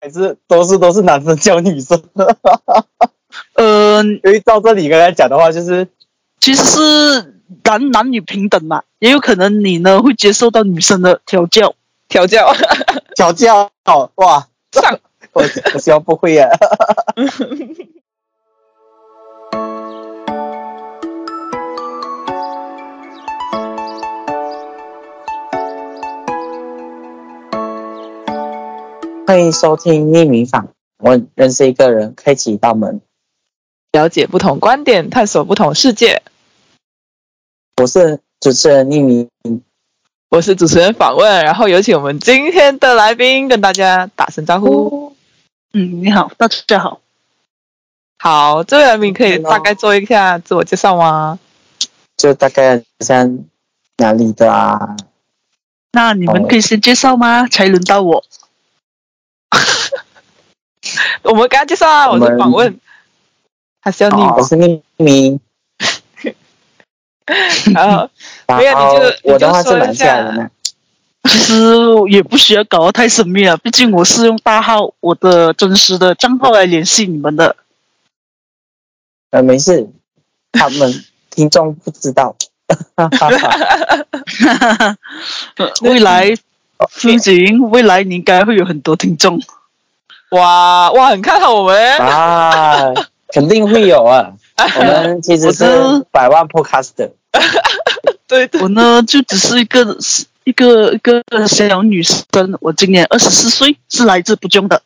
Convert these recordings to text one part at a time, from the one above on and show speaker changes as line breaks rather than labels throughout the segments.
还是都是都是男生教女生。
呃，
因为照这里刚才讲的话，就是
其实是男男女平等嘛，也有可能你呢会接受到女生的调教。
调教
调教哇，
上
我我希望不会啊。欢迎收听匿名访问，认识一个人，开启一道门。
了解不同观点，探索不同世界。
我是主持人匿名，
我是主持人访问，然后有请我们今天的来宾跟大家打声招呼。
嗯，你好，大家好，
好，这位来宾可以
Hello
大概做一下自我介绍吗？
就大概像哪里的啊？
那你们
好
可以先介绍吗？才轮到我。
我们刚刚介绍啊，
我
我
们
是访问，还是要你？
哦我是匿名，
然后
然
没有你
后
就你
啊哦我的
就
话是
说一
马来西亚
下
人啊。
其实也不需要搞得太神秘了，毕竟我是用大号我的真实的账号来联系你们的。
呃，没事，他们 听众不知道。
呃未来，
哦
风景，未来你应该会有很多听众。
哇哇，很看好我们。
啊，肯定会有啊。我们其实是
我知
百万 podcaster，
对对，
我呢，就只是一个一个一个小女生，我今年二十四岁，是来自不中的。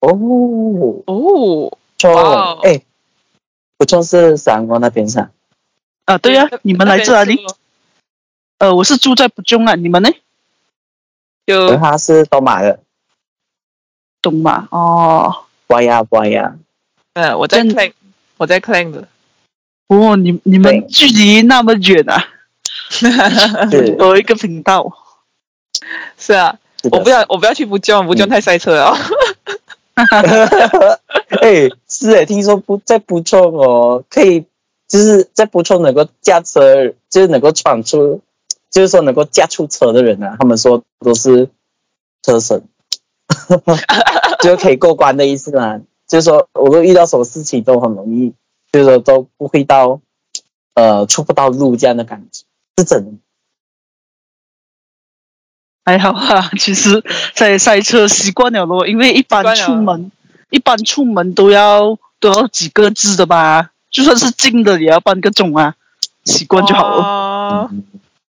哦，
哦，
不错
哇，
哎，不错是闪光那边上，
啊，对呀、你们来啊自哪里？？呃，我是住在不中啊，你们呢？
有嗯
而他是东马的，
懂吗？哦，
哇呀哇呀，
嗯，我在
真
claim，我在 claim 的。
哦，你你
对
们距离那么远啊，
是
有一个频道。
是啊，
是的
我不要，我不要去不救，不救
嗯
太塞车了。
哎，是哎，听说不在不错哦，可以就是在不错能够驾车，就是能够闯出，就是说能够驾出车的人啊，他们说都是车神， 就可以过关的意思啦。就是说，我都遇到什么事情都很容易，就是说都不会到呃出不到路这样的感觉，是真的。
还好啊， 其实在赛车习惯了咯，因为一般
习惯了
出门，一般出门都要都要几个字的吧，就算是近的也要半个钟啊，习惯就好了。
了。
嗯，
哦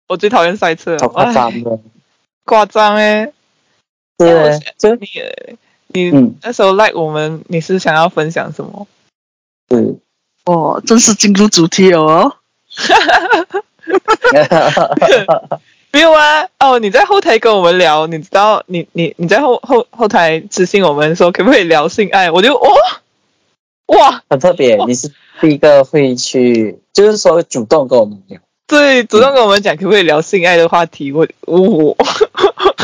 我最讨厌塞车了，
好夸
哎
张的，
夸张哎！
对
因为我
欸，就
你你
嗯
那时候 like 我们，你是想要分享什么？
是。
哦，正式进入主题了哦。
没有啊，哦，你在后台跟我们聊，你知道你你你在后后后台私信我们说可不可以聊性爱，我就哦哇，
很特别，
哇
你是第一个会去，就是说主动跟我们聊，
对，主动跟我们讲可不可以聊性爱的话题，我我
大家都是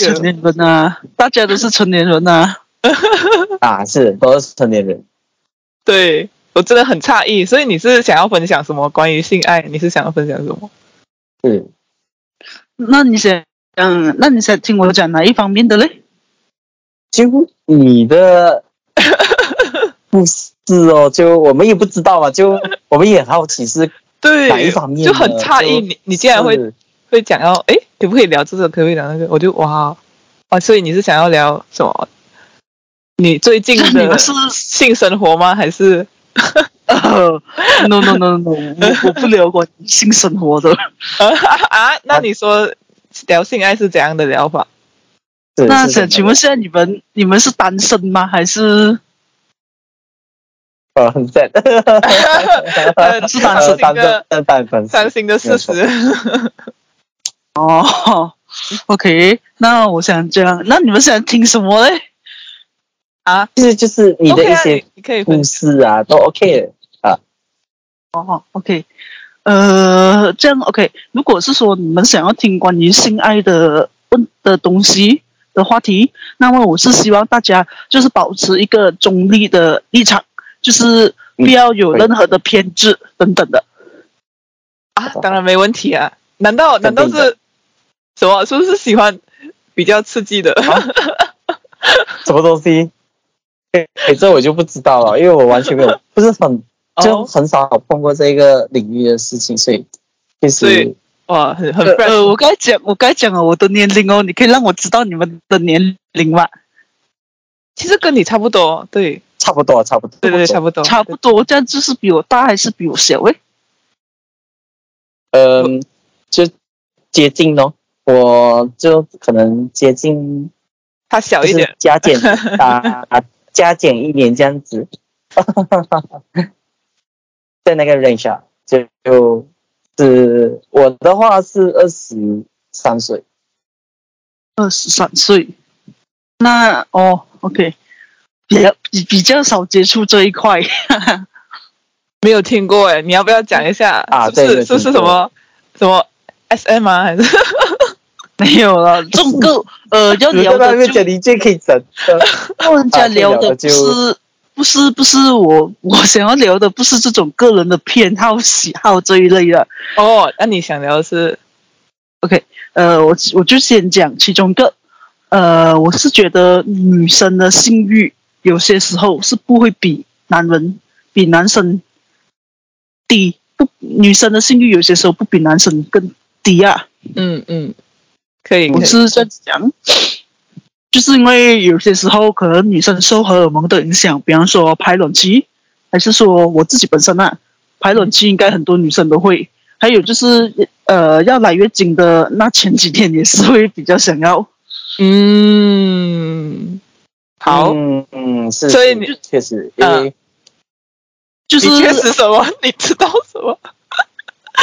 成年人啊， 大家都是成年人啊。
啊，是都是成年人，
对我真的很诧异，所以你是想要分享什么关于性爱？你是想要分享什么？
是
那你想，嗯，那你想听我讲哪一方面的 嘞？
几乎你的不是哦，就我们也不知道啊，就我们也很好奇是
对
哪一方面呢
就很诧异，
就
你你竟然会
是
会讲到，诶，可不可以聊这个？可不可以聊那个？我就哇啊，所以你是想要聊什么？你最近
你
的
们是
性生活吗？还是
呃，no no no no，no，我我不聊关于性生活的。
啊？那你说聊性爱是怎样的聊法？
是
那
是
想请问现在你们你们是单身吗？还是
呃很 sad，
呃
是 单身
伤心的
单单单
伤心的事实。
哦，OK，那我想这样，那你们想听什么嘞？
啊，
其实就是你的
OK
一
啊
些
你可以分
故事啊，都 OK 的，
哦，OK，呃，这样 OK，如果是说你们想要听关于性爱的问的东西的话题，那么我是希望大家就是保持一个中立的立场，就是不要有任何的偏执等等的。
啊，当然没问题啊。难道难道
肯定
是什么？是不是喜欢比较刺激的。
什么东西？ 哎、哎，这我就不知道了，因为我完全没有，不是很就
哦，
很少碰过这个领域的事情，所以其
所以
实
哇，很很
呃
fresh
呃，我刚才讲，我刚才讲了我的年龄哦，你可以让我知道你们的年龄吗？
其实跟你差不多，对
差不多，差不多，
对对，差不多，
差不多，这样就是比我大还是比我小？诶，
嗯，就接近咯，我就可能接近，
他小
就
一
是
点，
加减啊，加减一年这样子， 在那个 range 啊，就就是我的话是二十三岁，
二十三岁。那哦，OK，比较比比较少接触这一块。
没有听过哎，你要不要讲一下？
啊
是不
对
是
对
是不是
听
什
过
么什么 SM 啊？还是
没有了，这种个呃要
你
聊
在那
的
边
就
讲你最可以整的，
跟人家
啊
聊
可以聊
的
的
不
就是
不是不是我我想要聊的不是这种个人的偏好喜好这一类的。
哦，那你想聊的是
呃，我我就先讲其中一个，呃，我是觉得女生的性欲有些时候是不会比男人比男生低，不，女生的性欲有些时候不比男生更低啊。
嗯嗯，可以，
我
可以
是这样讲，就是因为有些时候可能女生受荷尔蒙的影响，比方说排卵期，还是说我自己本身啊，排卵期应该很多女生都会。还有就是呃，要来月经的那前几天也是会比较想要，
嗯， 好，
嗯嗯是，
所以
是
你嗯
确实因为。
就是
你确实什么？ 你知道什么？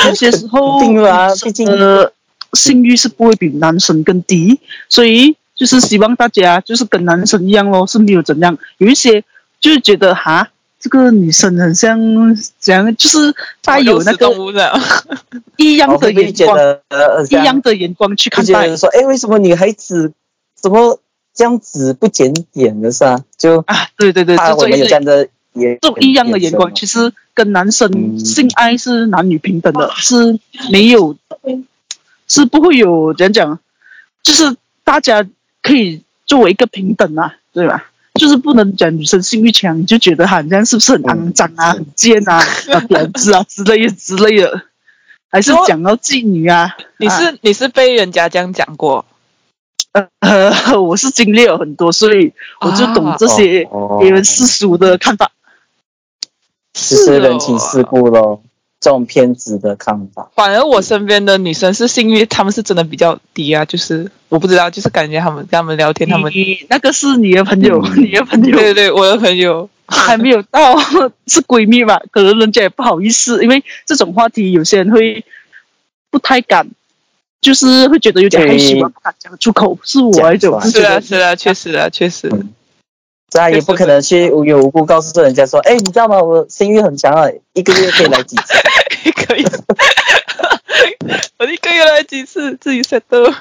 有些时候
肯定啦
女生
毕竟
的性欲是不会比男生更低，所以就是希望大家就是跟男生一样咯，是没有怎样，有一些就是觉得哈。这个女生很像怎样，就是她有那
什么肉食
个
动物这样，
异样
我
的
会不会
眼
觉
光，
得呃，
异样的眼光去
就
看
觉
待
得说，哎，为什么女孩子怎么这样子不检点的是啊？就
啊，对对对，
怕
就
我
这
们
一
有
类
这样的眼
这种异样的眼光，
神
其实跟男生
嗯
性爱是男女平等的，是没有，是不会有怎样讲，就是大家可以作为一个平等啊，对吧？就是不能讲女生性欲强，你就觉得好像是不是很肮脏啊、
嗯
很贱 啊、啊婊子啊之类的之类的，还是讲到妓女啊？
你
啊
是你是被人家这样讲过，
呃，我是经历了很多，所以我就懂
啊
这些
哦
别人世俗的看法。
其实
哦
人情世故咯，这种偏执的看法，
反而我身边的女生是幸运，她们是真的比较低啊，就是我不知道，就是感觉她们跟她们聊天，她们
你那个是你的朋友，
嗯
你的朋友
对对对，我的朋友，
还没有到是闺蜜吧，可能人家也不好意思，因为这种话题有些人会不太敢，就是会觉得有点害羞啊，
对
不敢讲出口。是我来讲，我
讲
是
出
是
觉
啊
得
是啊，确实啊确实，
嗯这样也不可能去无缘无故告诉人家说，哎，你知道吗？我性欲很强啊，一个月可以来几次。
可以， 我一个月来几次自己 set 的，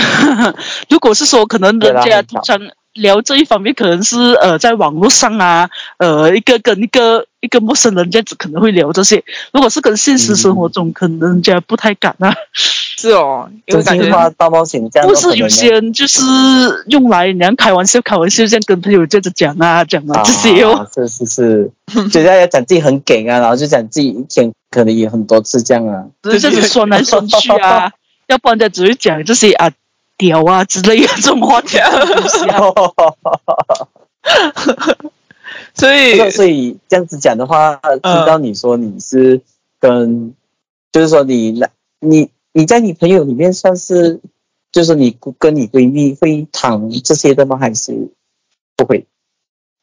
如果是说可能人
对啦
家
很少
通常聊这一方面，可能是呃在网络上啊，呃一个跟一个一个陌生人这样子可能会聊这些。如果是跟现
嗯
实生活中，可能人家不太敢啊。
是哦，因为
真
感
心
觉
话大冒险这样
不
都可
是
能
有
呢
些人就是用来人家开玩笑，开玩笑这样跟朋友这样子讲啊，讲啊这些哦。
啊，是是是，就大家讲自己很梗啊，然后就讲自己一天可能也很多次这样啊。
只是这样子酸来酸去 啊，要不然人家只会讲这些啊屌啊之类的这种话题。
所以
所以这样子讲的话，知道你说你是跟，就是说你来你你在你朋友里面算是，就是你跟你闺蜜会谈这些的吗？还是不会？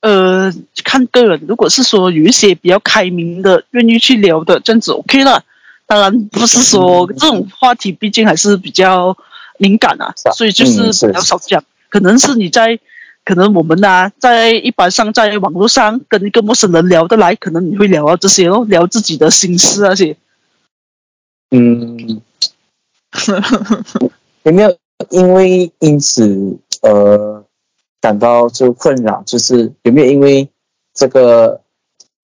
呃，看个人，如果是说有一些比较开明的，愿意去聊的，这样子 OK 了。当然不是说
嗯
这种话题，毕竟还是比较敏感啊
是啊，
所以就是
嗯是
比较少讲。可能是你在，可能我们啊，在一般上在网络上跟一个陌生人聊得来，可能你会聊到这些咯，聊自己的心事那些。
嗯， 有没有因为因此呃感到就困扰？就是有没有因为这个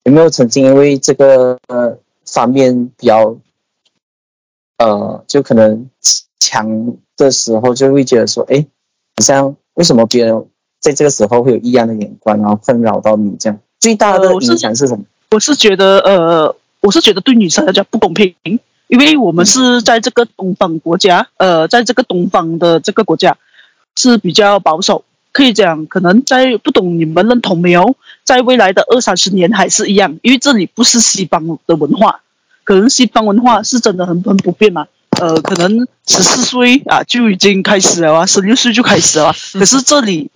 有没有曾经因为这个呃方面比较呃就可能强的时候，就会觉得说，哎，好像为什么别人在这个时候会有异样的眼光，然后困扰到你这样？最大的
呃我是
影响是什么？
我是觉得，呃，我是觉得对女生来讲不公平，因为我们是在这个东方国家，呃，在这个东方的这个国家是比较保守，可以讲，可能在不懂你们认同没有，在未来的二三十年还是一样，因为这里不是西方的文化，可能西方文化是真的很很普遍嘛。呃，可能十四岁啊就已经开始了啊，十六岁就开始了啊。可是这里，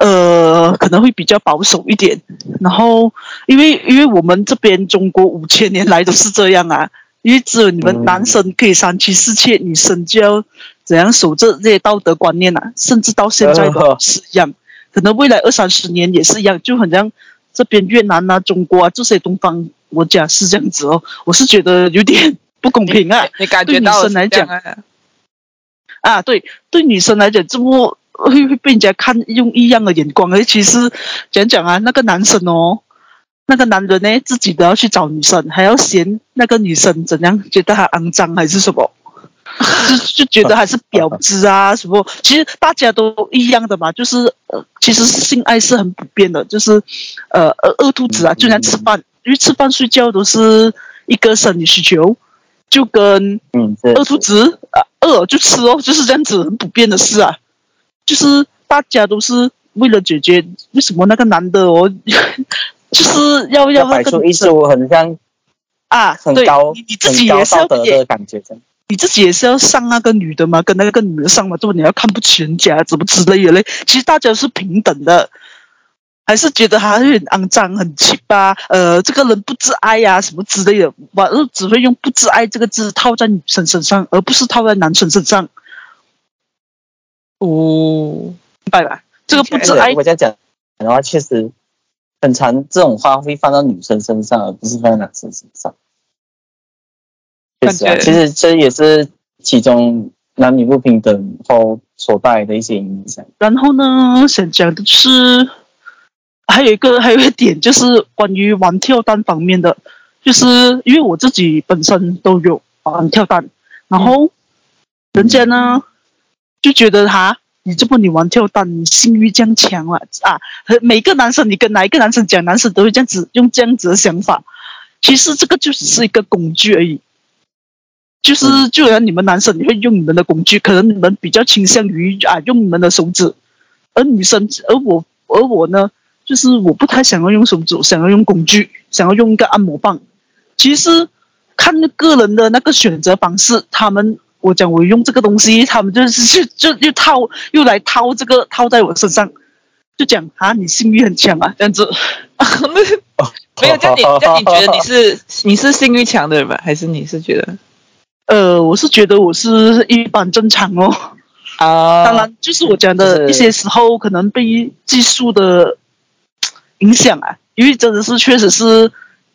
呃，可能会比较保守一点。然后，因为因为我们这边中国五千年来都是这样啊，因为只有你们
嗯
男生可以三妻四妾，女生就要怎样守着这些道德观念啊，甚至到现在都是一样。可能未来二三十年也是一样，就很像这边越南啊、中国啊这些东方国家是这样子哦。我是觉得有点不公平啊。
你感觉到
对女生来讲
是这样啊
啊，对，对女生来讲，这么会会被人家看用异样的眼光，而其实讲讲啊，那个男生哦，那个男人呢，自己都要去找女生，还要嫌那个女生怎样，觉得她肮脏还是什么。就就觉得还是婊子啊什么，其实大家都一样的嘛，就是呃，其实性爱是很普遍的，就是呃饿饿肚子啊，就连吃饭，因为吃饭睡觉都是一个生理需求，就跟
嗯，对，
饿肚子啊，饿了就吃哦，就是这样子很普遍的事啊。就是大家都是为了解决为什么那个男的哦， 就是
要
要要那
摆
个
出
女
一
生
出很像
啊，
很
对
高
你你自己
很高
也是要
道德
也
的感觉，这样
你自己也是要上那个女的嘛，跟那个女的上嘛，这么你要看不起人家怎么之类的嘞？其实大家是平等的，还是觉得他很肮脏、很气吧？呃，这个人不自爱呀、什么之类的，反正只会用“不自爱”这个字套在女生身上，而不是套在男生身上，明
哦，
白 吧？这个不哎
是
自爱
如果这样讲的话，确实很常这种话会放到女生身上，而不是放在男生身上。确实啊，
感觉
其实这也是其中男女不平等后所带来的一些影响。
然后呢，想讲的是，还有一个 还有一点就是关于玩跳蛋方面的，就是因为我自己本身都有玩跳蛋，然后人家呢就觉得哈，你这么你玩跳蛋，你性欲这样强啊啊！和每个男生你跟哪一个男生讲，男生都会这样子用这样子的想法，其实这个就只是一个工具而已。就是，就连你们男生也会用你们的工具，可能你们比较倾向于啊用你们的手指，而女生，而我，而我呢，就是我不太想要用手指，想要用工具，想要用一个按摩棒。其实看个人的那个选择方式，他们我讲我用这个东西，他们就是 就就又套又来套这个套在我身上，就讲啊你性欲很强啊这样子，
没有，这样你这样你觉得你是你是性欲强的人吗？还是你是觉得
呃，我是觉得我是一般正常哦。
啊
呃
当然，就是我讲的一些时候可能被技术的影响啊，因为真的是确实是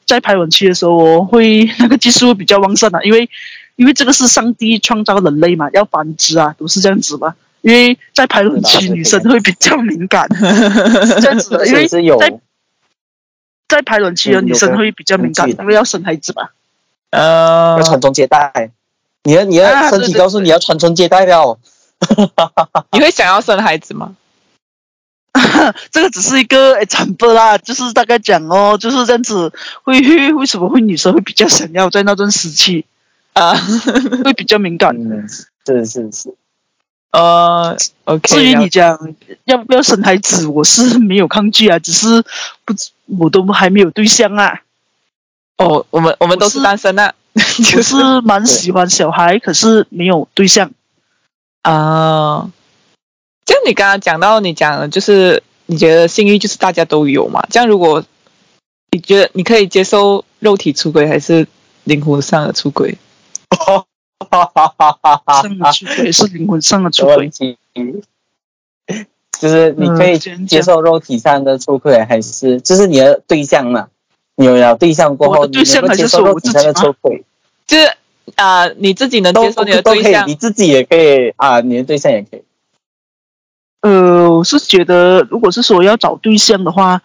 在排卵期的时候、哦，会那个技术比较旺盛啊，因为因为这个是上帝创造人类嘛，要繁殖啊，都是这样子嘛。因为在排卵期，
对的
女生会比较敏感，是这样子的。因
确
为
实是有
在
啊
在排卵期的
嗯
女生会比较敏感，
有的
因为要生孩子嘛。
啊
要传宗接代，你的你
啊
的
对
身体
对
告诉你要传宗接代了。
你会想要生孩子吗？
这个只是一个 example 啦，就是大概讲哦，就是这样子会会为什么会女生会比较想要在那段时期
啊，
会比较敏感。
嗯，是是是，
呃，OK，
至于
了
你讲要不要生孩子，我是没有抗拒啊，只是不我都还没有对象啊。
哦，我们我们都
我
是
是
单身啊，就
我是蛮喜欢小孩，可是没有对象。
啊。这样你刚刚讲到，你讲的就是你觉得性欲就是大家都有嘛？这样如果你觉得你可以接受肉体出轨还是灵魂上的出轨？
哈哈哈哈哈
上的出轨是灵魂上的出
有问
轨，
题，就是你可以
嗯这样
接受肉体上的出轨，还是就是你的对象嘛？你有了对象过
我
后，
的对象
你能够
还是
接受
说
肉
我
体
自
上的
己
出轨，
就是啊、你自己能
都
接受你的
都
对
可以
象，
你自己也可以啊，你的对象也 可以。
呃，我是觉得如果是说要找对象的话，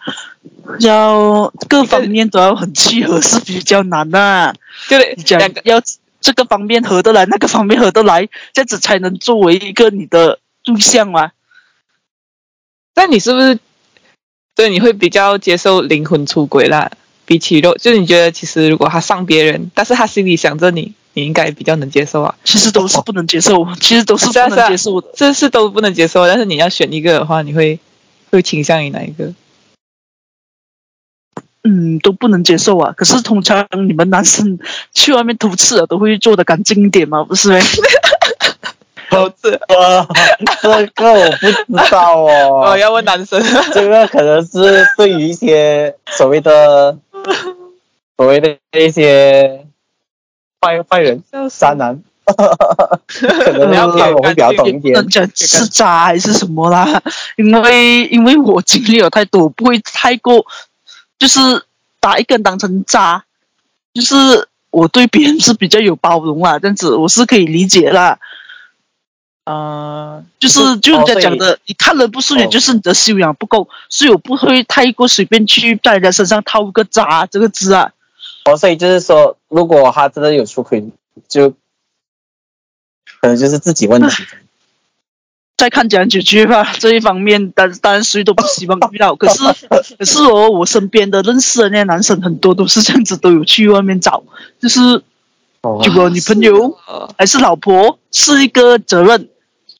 要各方面都要很契合是比较难啊的、
就是
你讲
两个
要这个方面合得来，那个方面合得来，这样子才能作为一个你的对象嘛。
但你是不是对你会比较接受灵魂出轨啦？比起肉，就是你觉得其实如果他上别人，但是他心里想着你，你应该比较能接受啊。
其实都是不能接受，其实都是
是啊
不
是
能
啊
接受的。
这是都不能接受，但是你要选一个的话，你会会倾向于哪一个？
嗯，都不能接受啊。可是通常你们男生去外面偷吃啊，都会做的干净一点嘛，不是呗？
猴子，
哇，这个我不知道
我、
哦，
要问男生，
这个可能是对于一些所谓 的所谓的一些坏坏人、渣男，啊可能
你要
他们会比较懂一
不
点
能。讲是渣还是什么啦，因为因为我经历了太多，我不会太过，就是打一根当成渣，就是我对别人是比较有包容啊啦，这样子我是可以理解啦。
嗯、
就是就人家讲的，你看人不顺眼，
哦
就是你的修养不够，所以我不会太过随便去在人家身上套个渣这个字啊。
哦，所以就是说，如果他真的有出轨，就可能就是自己问 题。
再看讲几句吧， 这一方面，当当然谁都不希望遇到。可是，可是哦，我身边的认识的那些男生很多都是这样子，都有去外面找，就是
哦
有个女朋友
呃，
还是老婆是一个责任，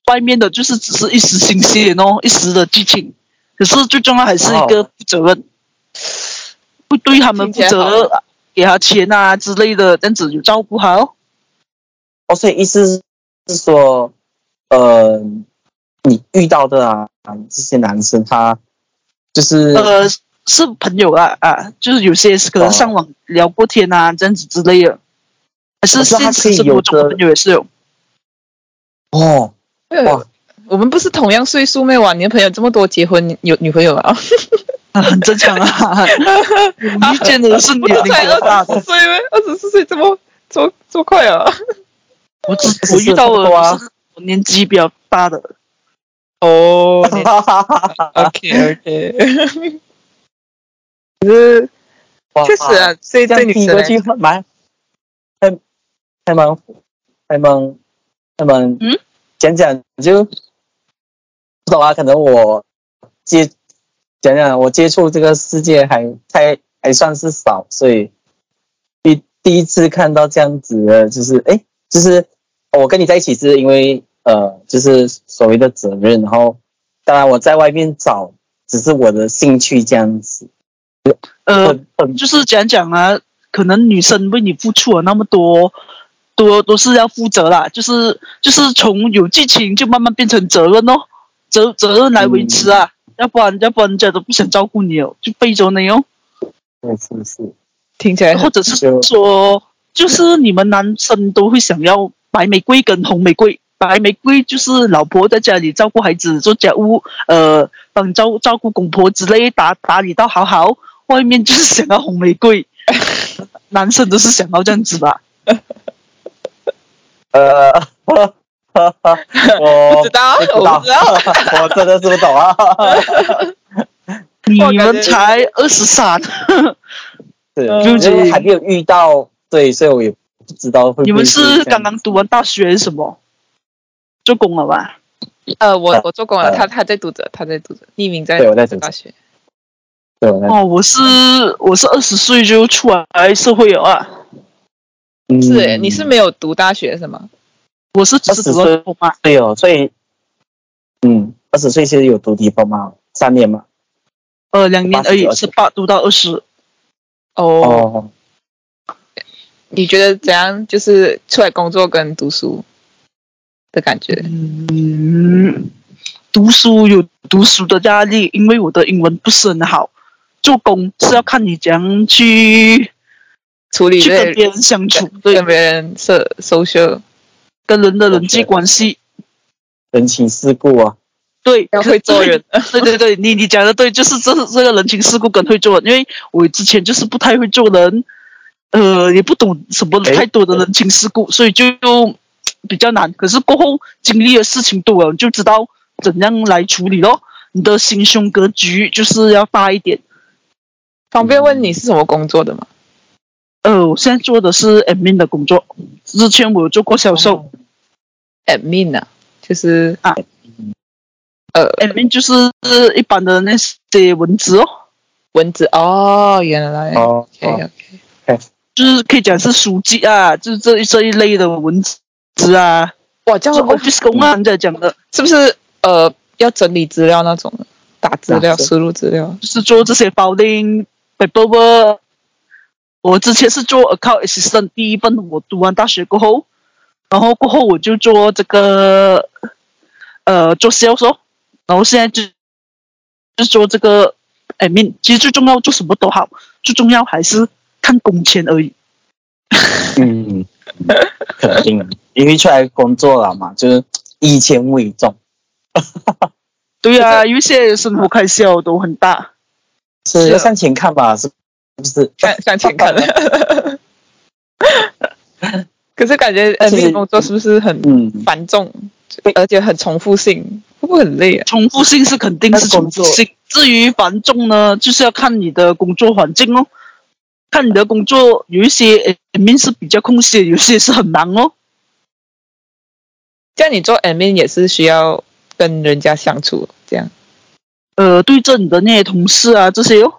外面的就是只是一时新鲜哦，一时的激情，可是最重要还是一个
哦
负责任，不对他们负
听起来
责，给他钱啊之类的，这样子有照顾好。
哦，所以意思是说，呃，你遇到的啊这些男生，他就是、
呃，是朋友啊啊，就是有些是可能
哦
上网聊过天啊，这样子之类的，还是
可是他
现
可
实
以
生
有
活中的
着
朋友也是有。
哦，哇
我们不是同样岁数咩哇？你的朋友这么多结婚有女朋友啊？
啊很正常啊， 你见的是
不
年龄
是
比
才
较大
二
的
十，岁咩？二十四岁这么这么这么快啊？
我只
是
我遇
差
到
不多啊
了是我年纪比较大的，
哦、你
哈哈哈哈
OK OK，可是
哇
确实啊，
这
对对
样
女
踢
生
过
来
去蛮还还蛮还蛮还蛮
嗯，
讲讲就不懂啊，可能我接讲讲我接触这个世界还还还算是少，所以第第一次看到这样子的，就是哎，就是我跟你在一起是因为呃，就是所谓的责任，然后当然我在外面找只是我的兴趣这样子，
呃，
很很
就是讲讲啊，可能女生为你付出了那么多，多都是要负责啦，就是就是从有激情就慢慢变成责任哦，责责任来维持啊，要不然要不然人家都不想照顾你哦，就背着你哦，
是是。
听起来
或
很
者是
就
说，就是你们男生都会想要白玫瑰跟红玫瑰。白玫瑰就是老婆在家里照顾孩子、做家务，呃，帮照照顾公婆之类，打打理到好好。外面就是想要红玫 瑰，男生都是想要这样子吧？
呃，我
不
不
知道，
不知
哦我
道
不知道。
我真的是不懂 啊。
你
我感觉
们才二十三，
是，
嗯
因为还没有遇到，对，所以我也不知道会不会
你们
这
是
样
刚刚读完大学还是什么？做工了吧？
呃，我
呃
我做工了，
呃
他他在读者，他在读者，匿名在
对我在读
大
者，
学。
对我在
哦，我是我是二十岁就出来社会了啊，
嗯
是诶，你是没有读大学是吗？
我是只是读
20
到
岁
工啊，
对哦，所以嗯，二十岁其实有读理工嘛，三年嘛。
呃，两年而已，
18
是八读到二十。
哦，
哦，
你觉得怎样？就是出来工作跟读书的感觉？
嗯，读书有读书的压力，因为我的英文不是很好。做工是要看你怎样去
处理
去
这
跟别人相处，对，
跟别人社 social
跟人的人际关系，
人情世故啊，
对，
要会做人。
对对对，你你讲的对，就是这这个人情世故跟会做人，因为我之前就是不太会做人，呃，也不懂什么
哎
太多的人情世故，所以就比较难。可是过后经历的事情多了，你就知道怎样来处理咯。你的心胸格局就是要大一点。
方便问你是什么工作的吗？
呃，我现在做的是 admin 的工
哦
作，之前我有做过销售，
admin 啊，就是
嗯
呃
I mean 就是一般的那些文字哦，
文字哦，原来
哦
OK
哦
OK，
就是可以讲是书籍啊，就是这一这一类的文字啊，
哇，这
就是
样
office 工啊，人家讲的，
是不是呃要整理资料那种，打资料、
打字
输入资料？
就是做这些 founding paperwork。我之前是做 account assistant，第一份我读完大学过后，然后过后我就做这个，呃，做 sales，哦然后现在就就做这个 admin。其实最重要做什么都好，最重要还是看工钱而已。
嗯，肯定的，因为出来工作了嘛，就是以钱为重。
对呀、啊，因为现在生活开销都很大。
是
是
要向前看吧？是不是？
向向前看。 可是感觉 admin 工作是不是很
嗯，
繁重，而且很重复性，会不会很累啊？
重复性是肯定是重复性。至于繁重呢，就是要看你的工作环境哦，看你的工作有一些呃面是比较空闲，有些是很忙哦。
这样你做 admin 也是需要跟人家相处，这样
呃，对着你的那些同事啊这些哦，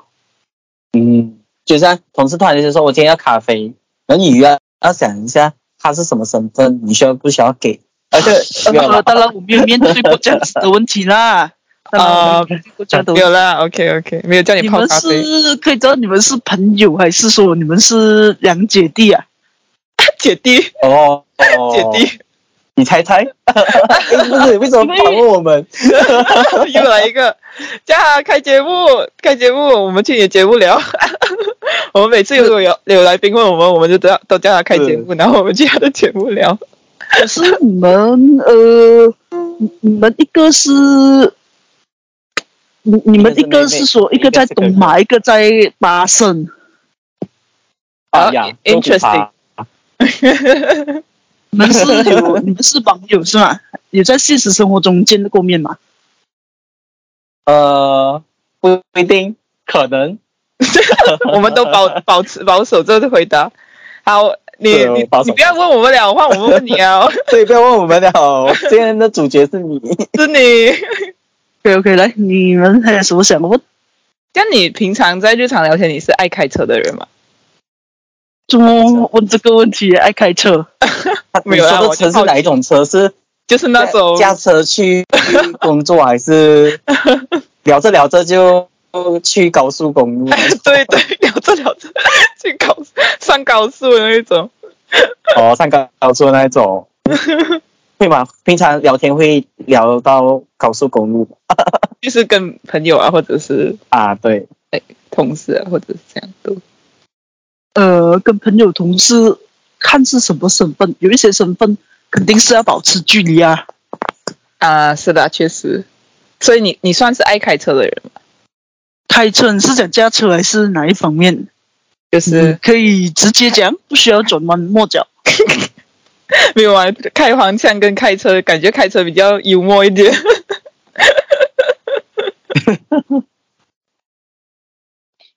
嗯，就像同事突然间说：“我今天要咖啡。”然后你要要想一下他是什么身份，你需要不需要给？而且需要吧
呃，当然我没有面对过这样子的问题啦。
啊
啊，过这样的
没
问
有
题。
啦，OK OK，没有叫你
你
泡
们
咖啡，
是可以知道你们是朋友，还是说你们是两姐弟啊？
姐弟
哦，
姐
姐
弟、
你猜猜？哎不是，为什么反问我们？
又来一个，呀，开节目开节目，我们去你的节目聊。我们每次如果有有来宾问我们，我们就都要都叫他开节目，然后我们去他的节目聊。
可是你们呃，你你们一个是，你你们一个是说一
一个
个
是
在
妹妹
东马，一个在巴生，
啊
哎呀
interesting
你们是有你们是网友是吗？有在现实生活中见过面吗？
呃，不不一定，可能。
我们都保保持保守这次回答。好，你
对
你
我保守
你不要问我们了，换我们问你啊，
对，不要问我们了。今天的主角是你。
是你。
对，OK，来，你们还有什么想问？
像你平常在日常聊天，你是爱开车的人吗？
怎么问这个问题？爱开车，
没
你
有啊
说
我
的
就
车是
好奇
哪一种车？是
就是那种
驾车去去工作，还是聊着聊着就去高速公路？
对对，聊着聊着去高上高速的那种。
哦，上高高速的那一种。会吗？平常聊天会聊到高速公路
就是跟朋友啊，或者是
啊？对，
同事啊，或者是这样都。
呃，跟朋友、同事看是什么身份，有一些身份肯定是要保持距离啊。
啊，是的，确实。所以你你算是爱开车的人吗，
开车你是讲驾车还是哪一方面？
就是、
你可以直接讲，不需要转弯抹角。
没有啊，开黄腔跟开车，感觉开车比较幽默一点。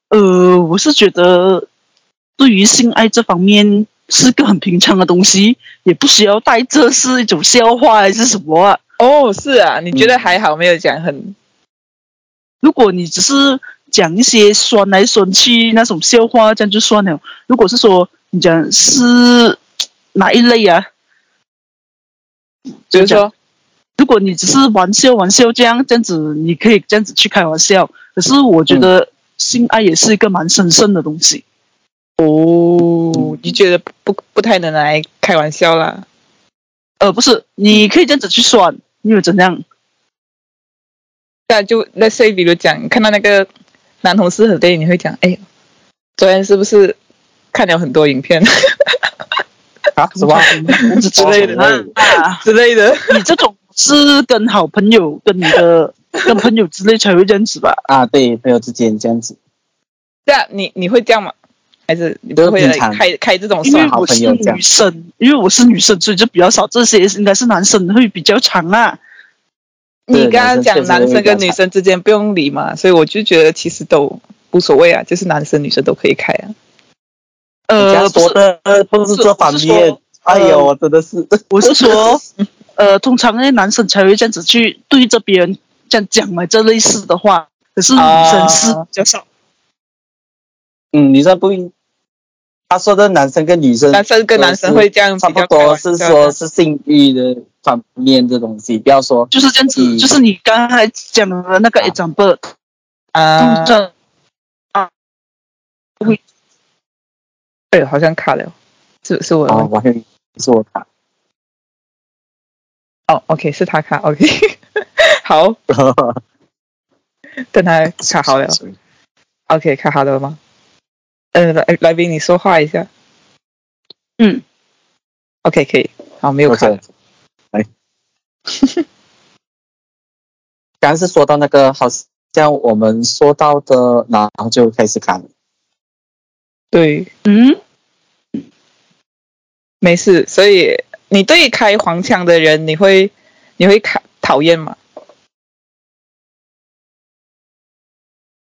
呃，我是觉得对于性爱这方面是个很平常的东西，也不需要带这是一种笑话还是什么啊。
哦，是啊，你觉得还好，没有讲很
如果你只是讲一些酸来酸去那种笑话，这样就算了。如果是说你讲是哪一类啊，
就是
这样
说
如果你只是玩笑玩笑这样这样子，你可以这样子去开玩笑。可是我觉得性爱也是一个蛮神圣的东西。
哦，你觉得不不不太能拿来开玩笑啦。
呃，不是，你可以这样子去算，你有怎样？
那啊就 let's say，比如讲看到那个男同事很累，你会讲，哎，昨天是不是看了很多影片
啊，什么？
之类的啊，
之类的？
你这种是跟好朋友、跟你的、 跟朋友之类才会这样子吧？
啊，对，朋友之间这样子。
对啊，你你会这样吗？还是你
就是
不会
平
来
常
开开这种
因为
算
好
我
朋
是
友这样
女生，因为我是女生，所以就比较少这些，应该是男生会比较长啊。
对
你刚刚讲
男
男
生确实会
生
比较
跟女生之间不用理嘛，所以我就觉得其实都无所谓啊，就是男生女生都可以开啊。
人家
呃，不
说
是，
的都是这方
我是
面
说。
哎呦，我真的是。
我是说，呃，通常那些男生才会这样子去对着别人这样讲嘛，这类似的话，可是女生是比较少。
嗯，女生不一，他说的男生跟女生
男生跟男生会这样比
差
较
不
开
多，
玩
是
笑
说
的
是性欲的方面的东西，不要说
就是这样子，
嗯
就是你刚才讲的那个 example，
啊
通，常
对，哎好像卡了，是是我的问
哦
题，
我还以为是我卡，
哦，OK，是他卡，OK，好，等他卡好 了，OK，卡好了吗？呃，来来宾你说话一下
嗯，
，OK，可以，好，没有卡
OK，来，哎 刚刚是说到那个，好像我们说到的，然后就开始卡了。
对，
嗯，
没事，所以你对开黄腔的人，你会你会卡讨厌吗？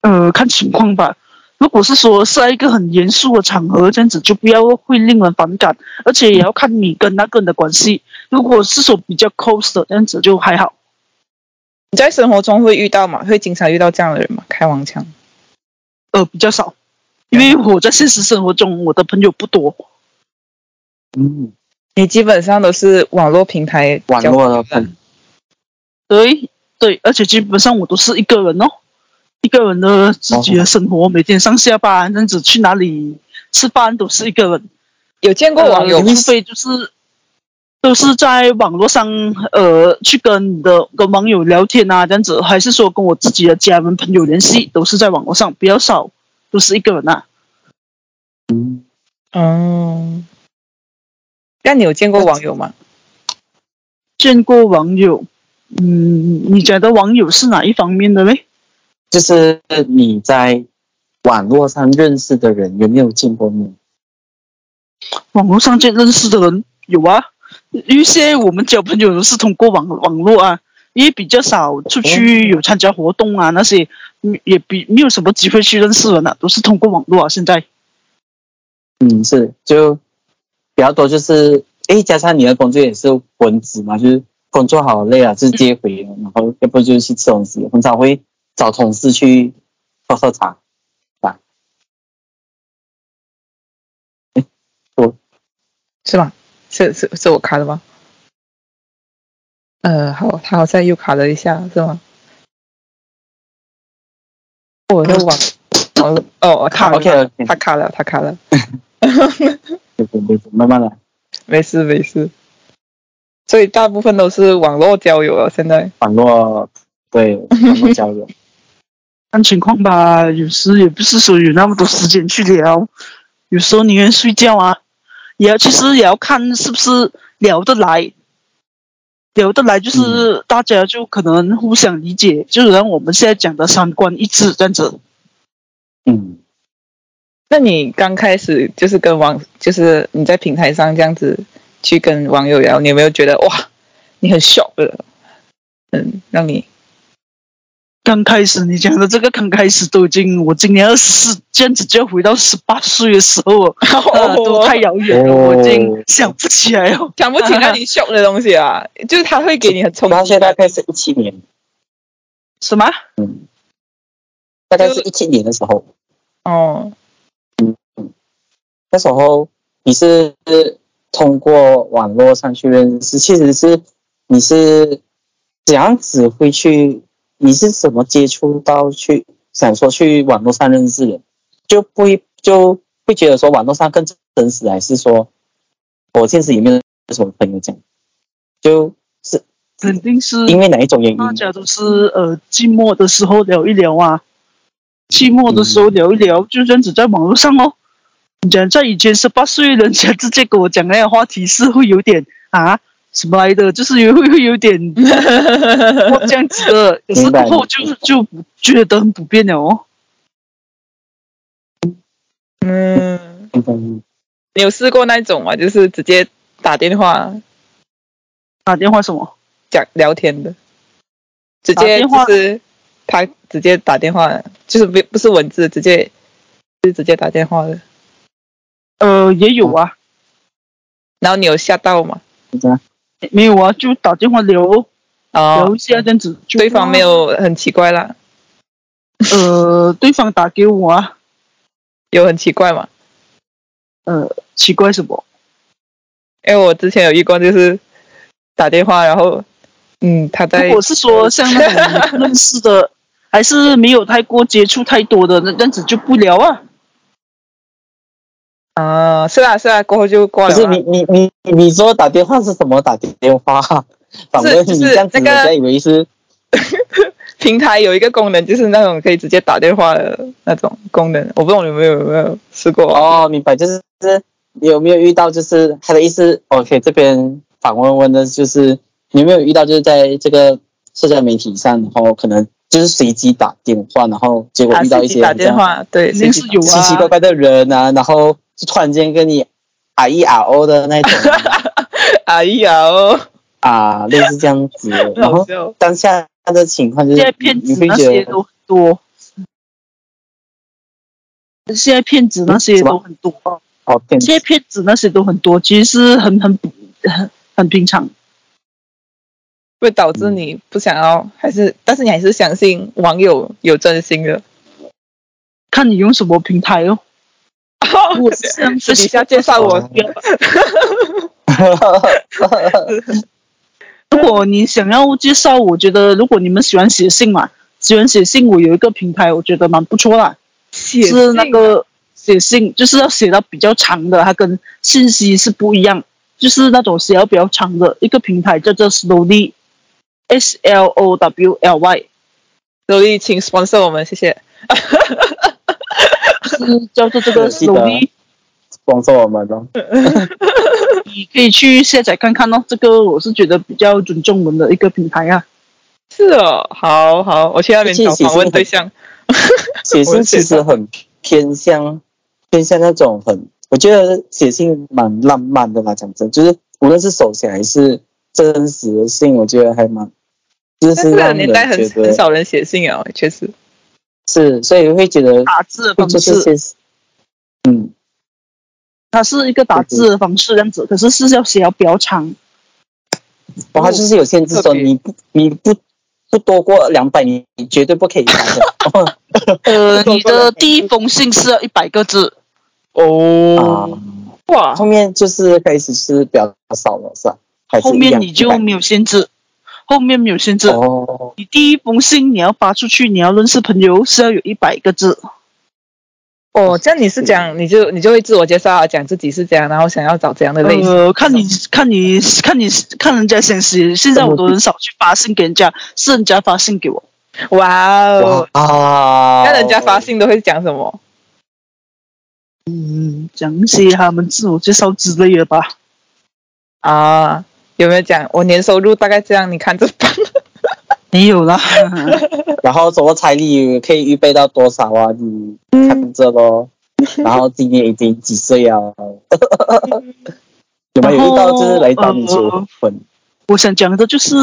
呃，看情况吧。如果是说是在一个很严肃的场合，这样子就不要会令人反感，而且也要看你跟那个人的关系。如果是说比较 close 的，这样子就还好。
你在生活中会遇到吗？会经常遇到这样的人吗？开黄腔？
呃，比较少，因为我在现实生活中我的朋友不多。
嗯，
你基本上都是网络平台比
网
较
络的朋
对对，而且基本上我都是一个人哦，一个人的自己的生活，每天上下班这样子，去哪里吃饭都是一个人。
有见过网友
呃除非就是都是在网络上呃去跟你的跟网友聊天啊，这样子，还是说跟我自己的家人朋友联系，都是在网络上比较少，都是一个人啊。
嗯，
嗯，那你有见过网友吗？
见过网友，嗯，你觉得网友是哪一方面的嘞？
就是你在网络上认识的人有没有见过面？
网络上见认识的人有啊，因为现在我们交朋友都是通过网网络啊，因为比较少出去有参加活动啊那些，嗯也比没有什么机会去认识人啊，都是通过网络啊。现在
嗯，是就比较多，就是诶，加上你的工作也是文职嘛，就是工作好累啊，就是接回，然后要不就去吃东西，很少会找同事去喝喝茶。吧。诶我
是吗？是是是我卡的吗？呃，好，他好像又卡了一下，是吗？哦我的网网络哦，卡了
OK OK，
他卡了，他卡了，
对对对，慢慢来。
没事没事。所以大部分都是网络交友了，现在
网络对网络交友，
看情况吧，有时也不是说有那么多时间去聊，有时候宁愿睡觉啊，也要其实也要看是不是聊得来。聊得来就是大家就可能互相理解，就像我们现在讲的三观一致这样子。
嗯，
那你刚开始就是跟网，就是你在平台上这样子去跟网友聊，你有没有觉得哇，你很 shock 的？嗯，让 你
刚开始你讲的这个刚开始都已经，我今年二十四，这样子就要回到十八岁的时候， 呃，都太遥远了，
哦
我已经想不起来了。
想不起让你 shock 的东西啊， 就是他会给你很冲
到
击
现在
感
大。概是一七年，
什么？
嗯，大概是一七年的时候，
哦，
那时候你是通过网络上去认识，其实是你是怎样子会去，你是怎么接触到去想说去网络上认识人，就不会就会觉得说网络上更真实，还是说我现实里面的什么朋友这样，就是
肯定是
嗯
因为哪一种原因？
哦
大家都是呃寂寞的时候聊一聊啊，寂寞的时候聊一聊，就这样子在网络上哦。你讲在以前十八岁，人家直接跟我讲那个话题是会有点啊什么来的，就是有会会有 点我这样子的，可是
明白
过后就就不觉得很普遍了哦。
嗯，
嗯
你有试过那种吗？就是直接打电话
打电话什么？
讲聊天的，直
打
接
电话
就是他直接打电话，就是不不是文字，直接是直接打电话的。
呃，也有啊，
然后你有吓到吗？
这样
没有啊，就打电话聊哦。
哦
聊一下这样子就。
对方没，有很奇怪啦，
呃，对方打给我啊，
有很奇怪嘛？
呃，奇怪什么？
因为我之前有遇过，就是打电话，然后嗯，他在
如果是
呃
说像那种你不认识 的，还是没有太过接触太多的，那这样子就不聊啊。
啊、是啦是啦，过后就挂
不
了
是
啦。
你你你你说打电话是什么打电话？ 反正
就
你
是
这样子，
那
人
个
家以为是
平台有一个功能，就是那种可以直接打电话的那种功能，我不懂你们有没有试过？
哦，明白，就是就是你有没有遇到，就是他的意思？OK，这边访问问的就是你有没有遇到，就是在这个社交媒体上，然后可能就是随机打电话，然后结果
啊，
遇到
自
一
己
些
打
这
电
样
话，对，
肯定
自
是
己
有
奇
啊，
奇怪怪的人啊，然后就突然间跟你啊一啊哦的那种
哎呀哦，
啊， 类似这样子，然
好
后
笑。
当下的情况就
现
是
在骗
呃你
子
会
那
觉
些
得
都很多，现在骗子那些
什么
都很多，啊
哦，骗
现在骗子那些都很多，其实是很很很很平常。
会导致你不想要，还是但是你还是相信网友有真心的。
看你用什么平台 哦，我是像
私底下介绍我，
如果你想要介绍，我觉得如果你们喜欢写信嘛，喜欢写信，我有一个平台，我觉得蛮不错啦，是那个写信，就是要写到比较长的，它跟信息是不一样，就是那种写到比较长的一个平台叫做 Slowly，S L O W L Y，
努力请 sponsor 我们，谢谢。
是叫做这
我
个
记得
Slowly，
广州我们 咯，
你可以去下载看看哦，这个我是觉得比较尊重我们的一个平台啊。
是哦，好好，我去那边找访问对象。
写
我
信
的写
其实很偏向偏向那种很，我觉得写信蛮浪漫的啦。讲真，就是无论是手写还是真实的信，我觉得还蛮，就是
但是这个
让
年
人
代很
觉
很
得
少人写信啊，确实。
是，所以会觉得
打字的
会
方
做这
式，
些，嗯，
它是一个打字的方式这样子，可是是要写到比较长。
然后就是有限制，
特
说
别
你不你不不多过两百，你你绝对不可以发的。
呃，
不
你
懂
的第一封信是要一百个字，
啊
哦，哇，
后面就是开始是比较少了，是吧？还是
后
一样
面你就没有限制，后面没有限制。
哦，
你第一封信你要发出去，你要认识朋友是要有一百个字，
哦，这样你是讲你就你就会自我介绍啊，讲自己是这样，然后想要找这样的类
嗯
型。
呃，看你看你看你看人家先写，现在我都很少去发信给人家，是人家发信给我。
哇哦，
啊，
那人家发信都会讲什么？
嗯，讲一些他们自我介绍之类的吧。
啊，有没有讲我年收入大概这样？你看着办。
没有啦，
然后什么彩礼可以预备到多少啊？你看着咯。
嗯
然后今年已经几岁啊？有没有遇到就是来找你求婚？
我想讲的就是，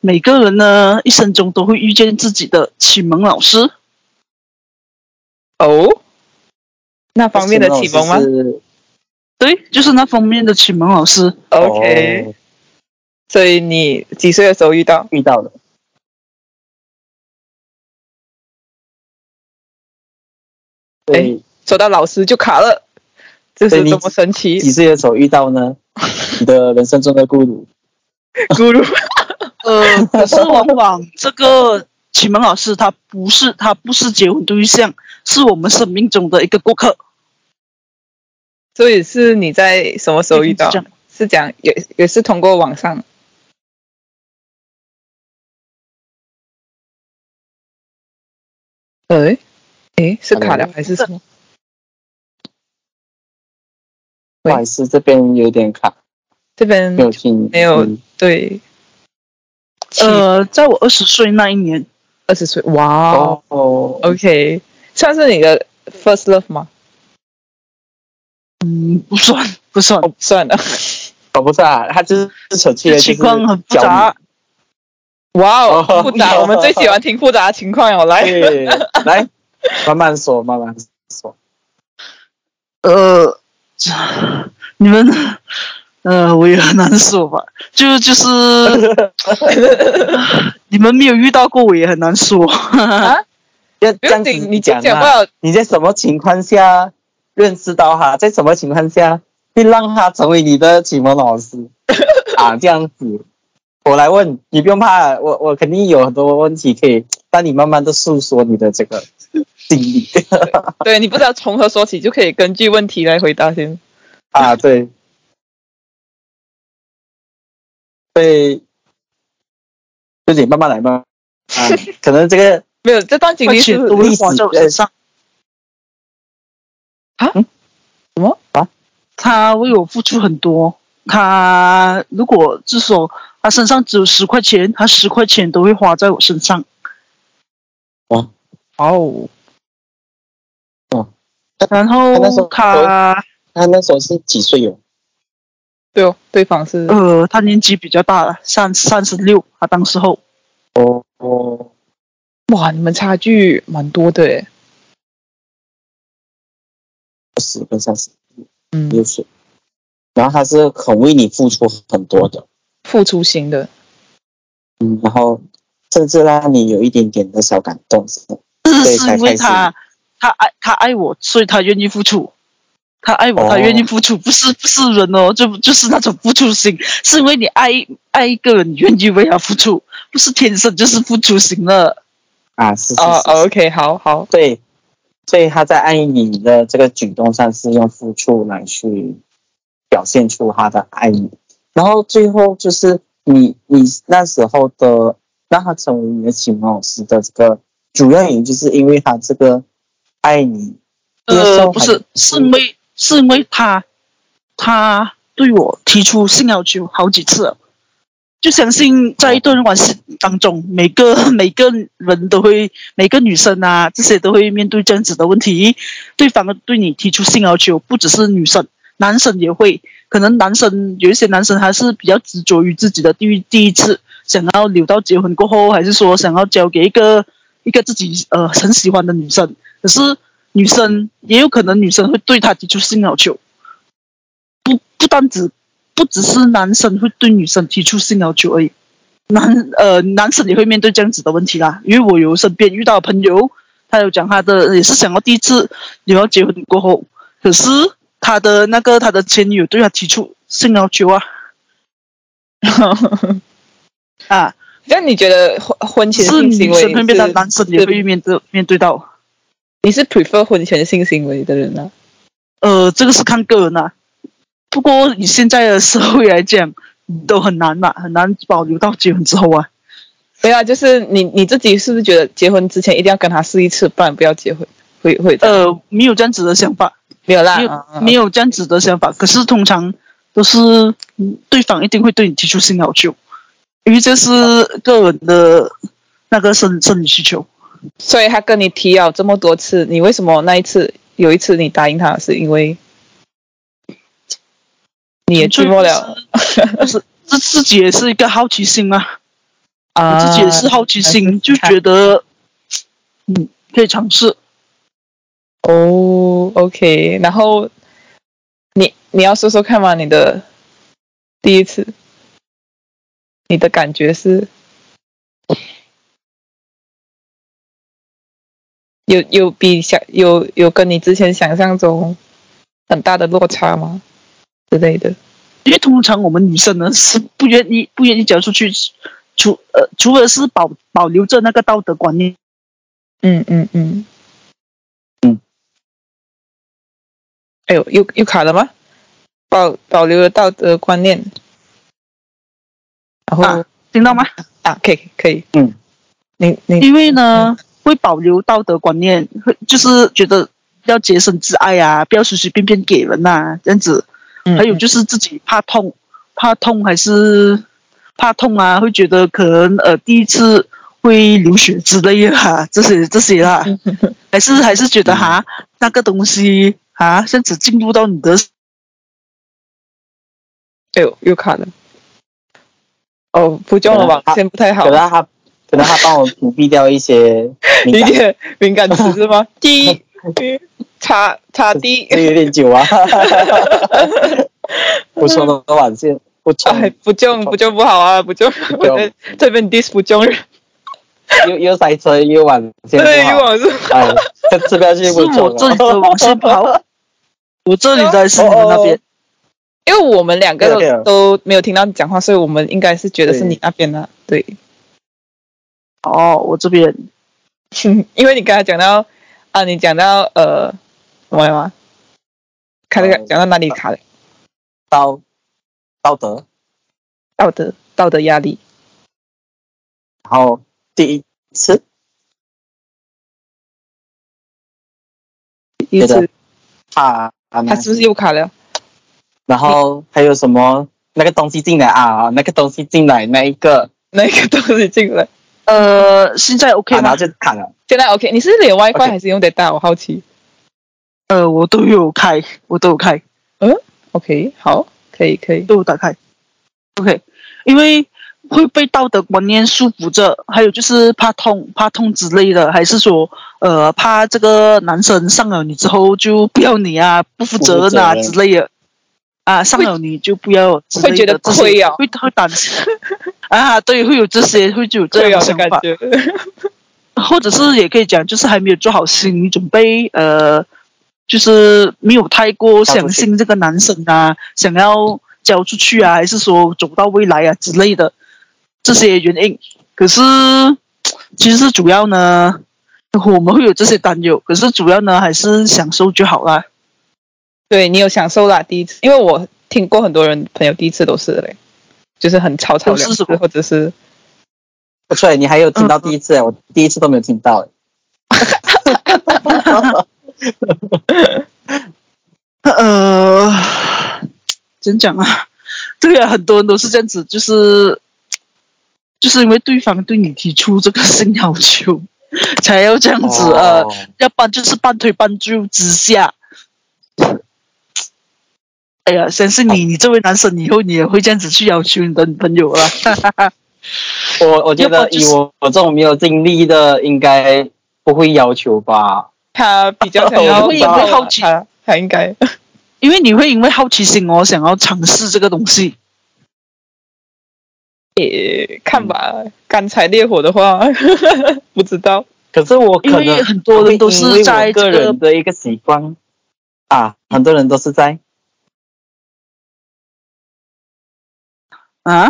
每个人呢一生中都会遇见自己的启蒙老师。
哦，那呃方面的启蒙吗
就是
对，就是那方面的启蒙老师。
？OK，、
哦
所以你几岁的时候遇到？
遇到了，对，
说到老师就卡了，这
所
是
以你
多么神奇！
几岁的时候遇到 呢？你的人生中的孤独，
咕噜，
呃，可是往往 这个启蒙老师他不是他不是结婚对象，是我们生命中的一个过客。
所以是你在什么时候遇
是
到
这样？
是讲也也是通过网上诶诶，是卡了
Hello？
还是什么？
不好意思，这边有点卡，
这边
没有听，
没有
嗯
对，
呃，在我二十岁那一年，
二十岁，哇哦
哦哦，
，OK，算是你的 first love 吗？
嗯，不算不算
哦，，不算了，
搞不上，他就是扯去了，
情况很复杂。。
哇哦，
哦
复杂，我们最喜欢听复杂的情况哦，来，
对，哎来，慢慢说，慢慢说。
呃，你们呃，我也很难说吧，就 就是你们没有遇到过，我也很难说。
啊，
要
不
这
用
样子
紧，你
讲
讲不
嘛。
了，
你在什么情况下认识到他，在什么情况下会让他成为你的启蒙老 师啊？这样子，我来问你，不用怕，我我肯定有很多问题可以让你慢慢的诉说你的这个经历
对你不知道从何说起，就可以根据问题来回答先。
啊，对，对，就你慢慢来 吧。啊，可能这个
没有，这段经历
历
是
史都会花在我身上。
啊
嗯？
什么？
他为我付出很多，他如果至少他身上只有十块钱，他十块钱都会花在我身上。
哦，
然
他那时
后
候
他
他那时候是几岁哦？
对哦，对方是
嗯
呃，他年纪比较大了，三三十六，他当时候
哦哦，
哇，你们差距蛮多的诶。
二十跟三十。
嗯，
六岁，然后他是很为你付出很多的，
付出型的，
嗯，然后甚至让你有一点点的小感动，是吗
是
对
是因为他他爱他爱我，所以他愿意付出。他爱我，
哦
他愿意付出，不是不是人哦，就就是那种付出型，是因为你爱爱一个人，你愿意为他付出，不是天生就是付出型的。
啊，是是
哦
是，
哦，OK，好好，
对，所以他在爱你的这个举动上是用付出来去表现出他的爱你，然后最后就是你你那时候的让他成为你的启蒙老师的这个主要原因，就是因为他这个爱你，因为
呃，
受
不
害
是，是
嗯
因为是因为他他对我提出性要求好几次了，就相信在一段关系当中，每个每个人都会，每个女生啊这些都会面对这样子的问题，对方对你提出性要求，不只是女生，男生也会，可能男生有一些男生还是比较执着于自己的第一第一次，想要留到结婚过后，还是说想要交给一个一个自己呃很喜欢的女生，可是女生也有可能女生会对他提出性要求，不不单只不只是男生会对女生提出性要求而已，男呃男生也会面对这样子的问题啦。因为我有身边遇到朋友，他有讲他的也是想要第一次也要结婚过后，可是他的那个他的前女友对他提出性要求啊啊，
那你觉得婚婚前
是
性
女
行为
生会面对，
是
男生也会面对面对到。
你是 prefer 婚前性行为的人啊？
呃，这个是看个人啦、不过以现在的社会来讲，都很难啦，很难保留到结婚之后啊。
没有啊，就是你你自己是不是觉得结婚之前一定要跟他试一次，不然不要结婚？会会这样
呃，没有这样子的想法，
没有
没有、
啦，嗯
没有这样子的想法。可是通常都是嗯对方一定会对你提出性要求，因为这是个人的那个生生理需求。
所以他跟你提了这么多次，你为什么那一次有一次你答应他，是因为你也寂寞了
就是自自己也是一个好奇心啊。我
啊？
自己也是好奇心，就觉得嗯可以尝试。
哦，OK，然后你你要说说看嘛，你的第一次，你的感觉是有有比想有有跟你之前想象中很大的落差吗之类的？
因为通常我们女生呢是不愿意不愿意讲出去，除呃除了是保保留着那个道德观念，
嗯嗯嗯
嗯。
哎呦，又又卡了吗？保保留了道德观念，然后
啊听到吗？
啊，可以可以，
嗯，
你你
因为呢会保留道德观念，会就是觉得要洁身自爱啊，不要随随便便给人呐、这样子。哎
嗯
还有就是自己怕痛，怕痛还是怕痛啊，会觉得可能呃第一次会流血之类的啊，这些这些啦，还是还是觉得哈那个东西啊，甚至进入到你的
哎呦又卡了，哦不中了吧
对啊？
先不太好
可，能他可能他帮我屏蔽掉一 些敏
理
感，
解敏感词是吗？第一，叉叉 D，
这有点久啊。不冲的晚线，不冲
哎，不中不中不好啊，不中，
中
我在 这边 dis 不中人，
又又塞车又晚线，
对，以
又
往是
哎，这这边是
是
不
我
冲
这里的往前跑，我这里在是你们那边，
因为我们两个
对啊
都都没有听到你讲话，所以我们应该是觉得是你那边的。对，
哦，我这边
因为你刚才讲到啊，你讲到呃，什么来嘛？卡了
嗯
讲到哪里卡了？
道道德。啊
道德道德压力。
然后第一次
意
对
思
的怕啊，
他是不是又卡了？
然后还有什么那个东西进来啊，那个东西进来那一个，
那个东西进来？
呃，现在 OK
啊、然
吗
后？就砍了。
现在 OK？你是连 WiFi
OK
还是用 data？我好奇。
呃，我都有开，我都有开，
OK，好，可以可以。
都有打开，OK，因为会被道德观念束缚着，还有就是怕痛、怕痛之类的，还是说呃怕这个男生上了你之后就不要你啊，不负责任啊
不负责任
之类的。啊，上了你就不要之类的
会觉得
这些
亏啊
会会担心 啊，对，会有这些，会就有这
对
样
啊
的
的
想
感
法。
觉。
或者是也可以讲，就是还没有做好心理准备，呃，就是没有太过相信这个男生啊，想要交出去啊，还是说走到未来啊之类的这些原因。可是其实主要呢，我们会有这些担忧，可是主要呢还是享受就好啦。
对你有享受啦，第一次，因为我听过很多人朋友第一次都是嘞，就是很吵吵
都是
两次
什么，
或者是
不错，你还有听
嗯
到第一次，我第一次都没有听到。欸
呃，怎讲啊？对啊，很多人都是这样子，就是就是因为对方对你提出这个性要求，才要这样
嗯
哦
子、呃，要不然就是半推半就之下。哎呀，相信你，你作为男生以后你也会这样子去要求你的女朋友啊了。
我我觉
要
得
不就
以
是
我我这种没有经历的，应该不会要求吧。
他比较想要
我也会
好奇
他，他 应该
因为你会因为好奇心哦，想要尝试这个东西。
也看吧，干柴烈火的话 不知道，
可是我可
因
能
为很多人都是在
因为我个
这个
人的一个习惯啊，很多人都是在
啊，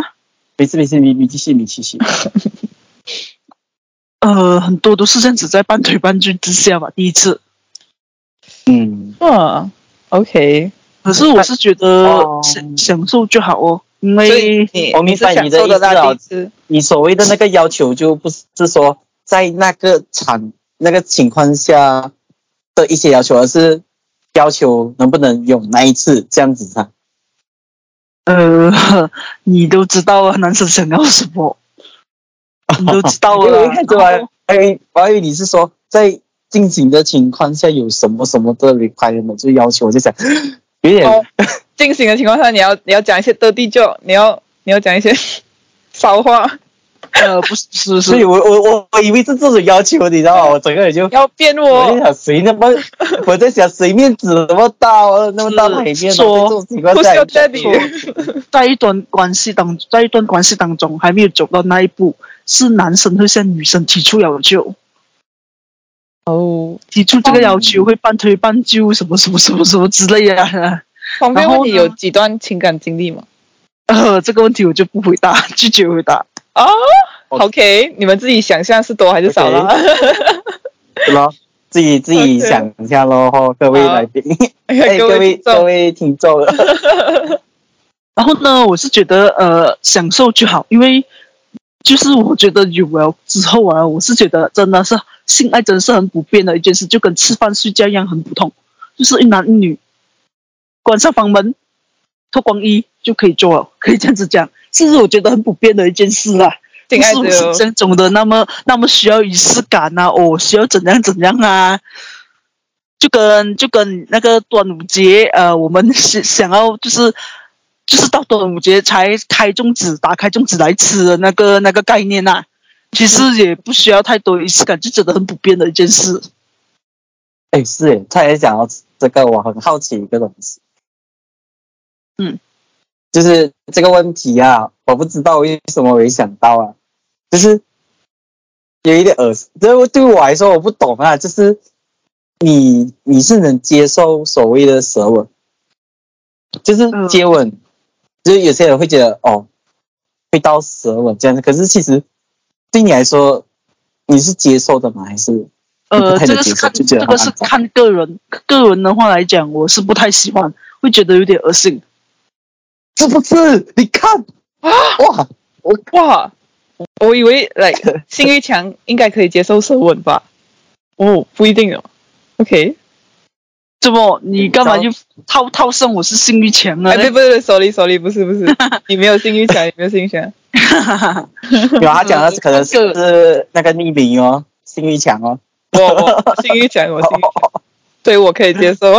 没事没事，你你继续你继续。
呃，很多都是这样子在半推半就之下吧，第一次。
嗯，
嗯，OK，
可是我是觉得
哦
享享受就好哦，因
所以
为
你
我
你
明
是
白
享
你的
受得
意思啊
到第
了
一次，
你所谓的那个要求，就不是说在那个场那个情况下的一些要求，而是要求能不能有那一次这样子啊。
呃， 你都知道啊，男生想要什 么，你都知道啊
因为我一
了
开始我还我还以为我还以为你是说在进行的情况下有什么什么的 requirement 就是要求，我就想 有点、
哦进行的情况下，你要你要讲一些 dirty joke，你要你要讲一些 骚话，
呃，不是不是不
所以
是，
我我我我以为是这种要求，你知道吗？我整个人就
要变
我在
我，
想谁那么，我在想谁面子那么大，那么大
是
海面，啊在这
说
种情况
不
下
需要
你就
daddy
说
在一段关系当在一段关系当中还没有走到那一步，是男生会向女生提出要求，
哦，
提出这个要
哦
求会半推半就，什么什么什么什么之类的、啊。
旁边
然后
问你
呢
有几段情感经历吗？
呃，这个问题我就不回答，拒绝回答。
哦、
OK
o k 你们自己想象是多还是少啦
是咯，自己自己
OK
想一下咯，吼各位
好
来宾，哎，
哎
各位
听众
各位听众，
然后呢，我是觉得呃，享受就好，因为就是我觉得有了之后啊，我是觉得真的是性爱真的是很普遍的一件事，就跟吃饭睡觉一样很普通，就是一男一女关上房门，脱光衣就可以做了，可以这样子讲，甚至我觉得很普遍的一件事啦。
性爱只哦
不
有
是我想象中的那么那么需要仪式感啊，哦，需要怎样怎样啊，就跟就跟那个端午节，呃，我们是想要就是就是到端午节才开粽子，打开粽子来吃的那个那个概念啊，其实也不需要太多仪式感，就真的很普遍的一件事。
欸哎，是，他也想要这个，我很好奇一个东西，
嗯，
就是这个问题啊，我不知道为什么没想到啊，就是有一点恶心。这对我来说我不懂啊，就是你你是能接受所谓的舌吻，就是
嗯
接吻，就是有些人会觉得哦，会到舌吻这样子，可是其实对你来说你是接受的吗？还是
呃，
不太能
这个是
接受
看
就觉得
这
很
个是
肮脏
看个人，个人的话来讲，我是不太喜欢，会觉得有点恶心。
是不是？你看，哇，
哇，我以为 like 性欲强应该可以接受舌吻吧？哦，不一定哦。OK，
怎么你干嘛就套套上我是性欲强了
哎，
嘞？
对不对，sorry sorry，不是不是，你没有性欲强，你没有性欲 强。
有他讲的可能是那个匿名 哦，性欲强哦。
我我我性欲强，我性欲强，对我可以接受。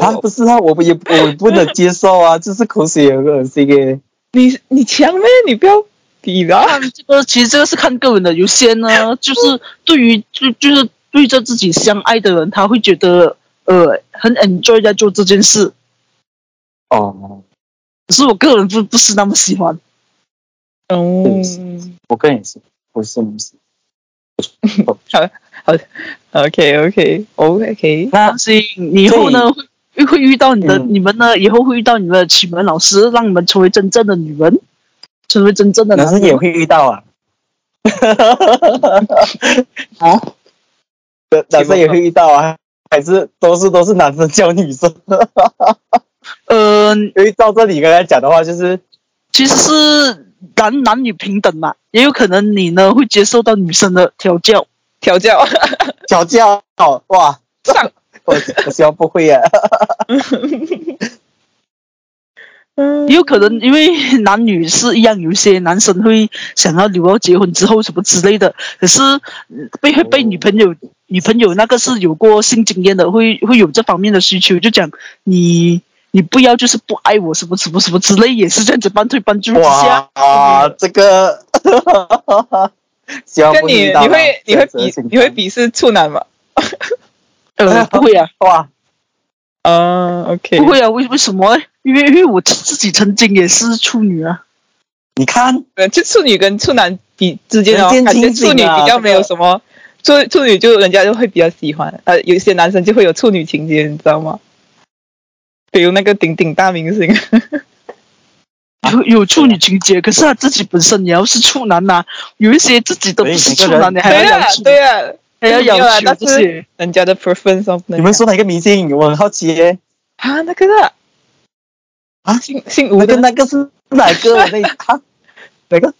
啊，不是啊，我不也我也不能接受啊， 就是口水也很恶心耶。
你你强咩？你不要比啦。
看这个，其实这个是看个人的。有些呢，就是对于就就是对着自己相爱的人，他会觉得呃很 enjoy 在做这件事。
哦，
可是我个人不不是那么喜欢。
嗯
我个人也是，不是不是。
，OK OK OK，
那
相信你以后呢会会遇到你的、
嗯
你们呢，以后会遇到你们的启蒙老师，让你们成为真正的女人，成为真正的
男
男
生
人。
也会遇到 啊。
啊，
男男生也会遇到啊，还是都是都是男生教女生。
呃，
因为照这里刚才讲的话， 就是
其实是男男女平等嘛，也有可能你呢会接受到女生的调教。
调教。
调教哦哇，
上
我我希望不会啊。
也有可能因为 男女是一样，有一些男生会想要留到结婚之后什么之类的，可是嗯被
哦
会被女朋友、女朋友那个是有过性经验的，会会有这方面的需求，就讲你你不要就是不爱我什么什么什么之类，也是这样子半推半就之下，
哇，这个， 希望
跟
不
你
遇到啊
你会你会
这样
比
子的情况
你会鄙视处男吗？
呃，不会啊，
哇，
嗯，OK，
不会啊，为为什么呢？因为因为我自己曾经也是处女啊，
你看
呃，就处女跟处男比之间哦，
人间
感觉
清醒
处女
啊
比较没有
这个
什么，处处女就人家就会比较喜欢，呃，有一些男生就会有处女情节，你知道吗？比如那个鼎鼎大明星，啊
有有处女情节，可是他自己本身也要是处男呐、有一些自己都不是处男，你还
对
要
啊
要求，
对啊，
还要
没有
要
啊
求
但
这
是
些。
人家的 preference 哦不能
你们
讲
说哪个明星？我很好奇耶，
啊那个的
啊
姓姓吴
那
的
个那个是哪个？ 那啊，哪个？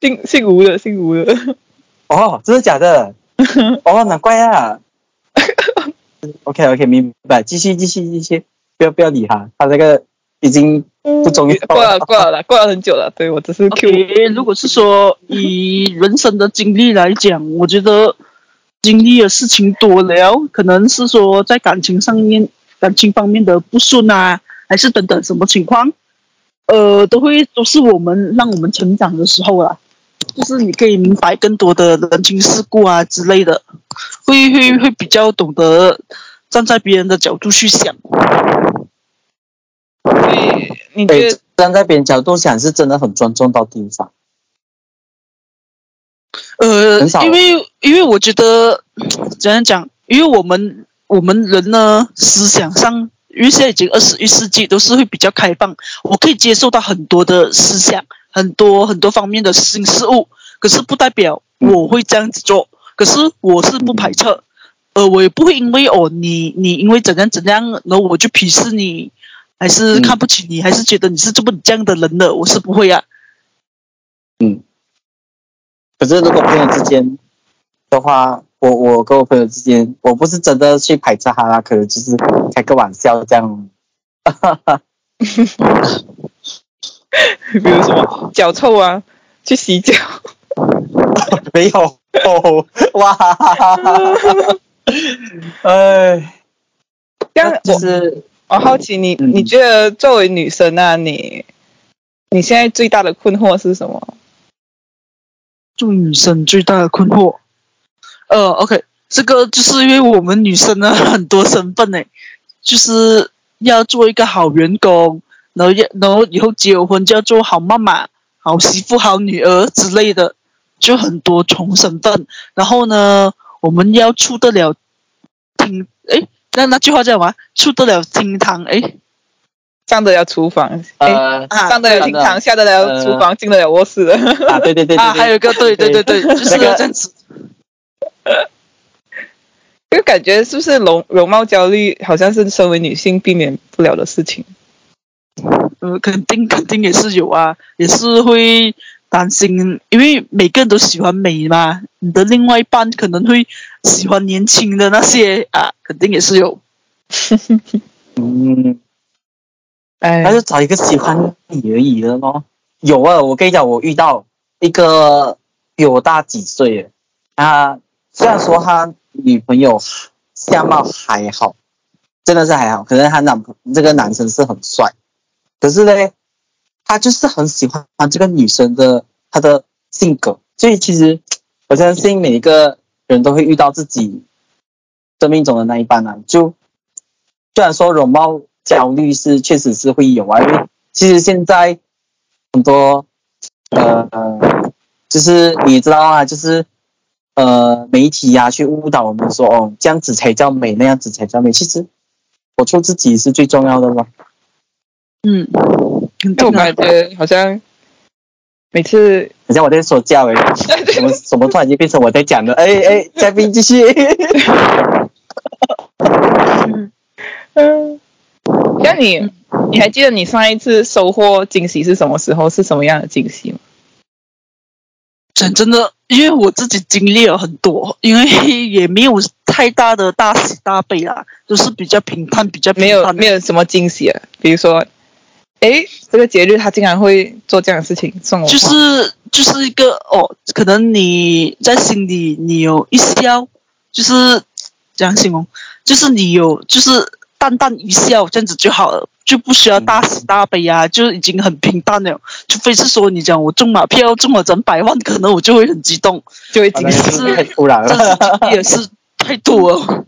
姓姓吴的姓吴的，
哦，真的假 的？哦，难怪啊。OK OK，明白，继续继续继续，不要不要理他，他那个已经 不重要
挂了挂了啦挂了很久了，对我只是 Q
OK，如果是说以人生的经历来讲，我觉得经历的事情多了，可能是说在感情上面、感情方面的不顺啊，还是等等什么情况，呃，都会都是我们让我们成长的时候啦。就是你可以明白更多的人情世故啊之类的，会会会比较懂得站在别人的角度去想。
所以你觉
对
得，
站在别人角度想是真的很尊重到对方。
呃
很少，
因为因为我觉得怎样讲，因为我们我们人呢，思想上，因为现在已经二十一世纪，都是会比较开放，我可以接受到很多的思想，很多很多方面的新事物，可是不代表我会这样子做，可是我是不排斥，呃，我也不会因为哦，你你因为怎样怎样，然后我就鄙视你，还是
嗯
看不起你，还是觉得你是这么这样的人的，我是不会啊。
可是如果朋友之间的话，我我跟我朋友之间，我不是真的去排斥他啦，可能就是开个玩笑这样。
比如什么脚臭啊，去洗脚。
没有， 哦、哇，哎，
这样
就
我
是
我好奇你，
嗯
你觉得作为女生啊，你你现在最大的困惑是什么？
做女生最大的困惑。呃，OK，这个就是因为我们女生呢很多身份呢，就是要做一个好员工，然后也然后以后结了婚就要做好妈妈、好媳妇、好女儿之类的，就很多重身份。然后呢，我们要出得了厅，诶，那那句话叫什么？出得了厅堂，诶，
上得了厨房，哎，
呃
啊，
上得了
上
厅
得了
堂，下得了厨房，进得了卧室的。
啊，对对对对
啊，还
对，
有一个，对对对 对，就是
那个
要这样子。
就感觉是不是容容貌焦虑，好像是身为女性避免不了的事情。
呃，肯定肯定也是有啊，也是会担心，因为每个人都喜欢美嘛，你的另外一半可能会喜欢年轻的那些啊，肯定也是有。
嗯，
哎
那，就找一个喜欢你而已的咯。有啊，我跟你讲，我遇到一个比我大几岁的，他虽然说他女朋友相貌还好，真的是还好，可是他男这个男生是很帅，可是呢，他就是很喜欢这个女生的她的性格，所以其实我相信每一个人都会遇到自己生命中的那一半啊，就虽然说容貌焦虑是确实是会有啊，因为其实呃现在很多呃呃，就是你也知道啊，就是呃媒体啊去误导我们说哦这样子才叫美，那样子才叫美。其实活出自己是最重要的咯。
嗯，肯
但
定
我
啊
感觉好像每次
好 像我在说教诶，怎么怎么突然间变成我在讲的？哎哎，嘉宾继续。
嗯，像你，
嗯
你还记得你上一次收获惊喜是什么时候？是什么样的惊喜吗？
讲真的，因为我自己经历了很多，因为也没有太大的大喜大悲啦，就是比较平淡，比较平
没有，
淡
没有什么惊喜啊。比如说，诶，这个节日他竟然会做这样的事情送我花，
就是就是一个哦，可能你在心里你有一笑，就是这样形容，就是你有就是淡淡一笑这样子就好了，就不需要大喜大悲啊，就已经很平淡了。除非是说你讲我中马票中了整百万，可能我就会很激动，
就会
好
惊
像
喜。
是太突然
但是
了。
经历也是太多了。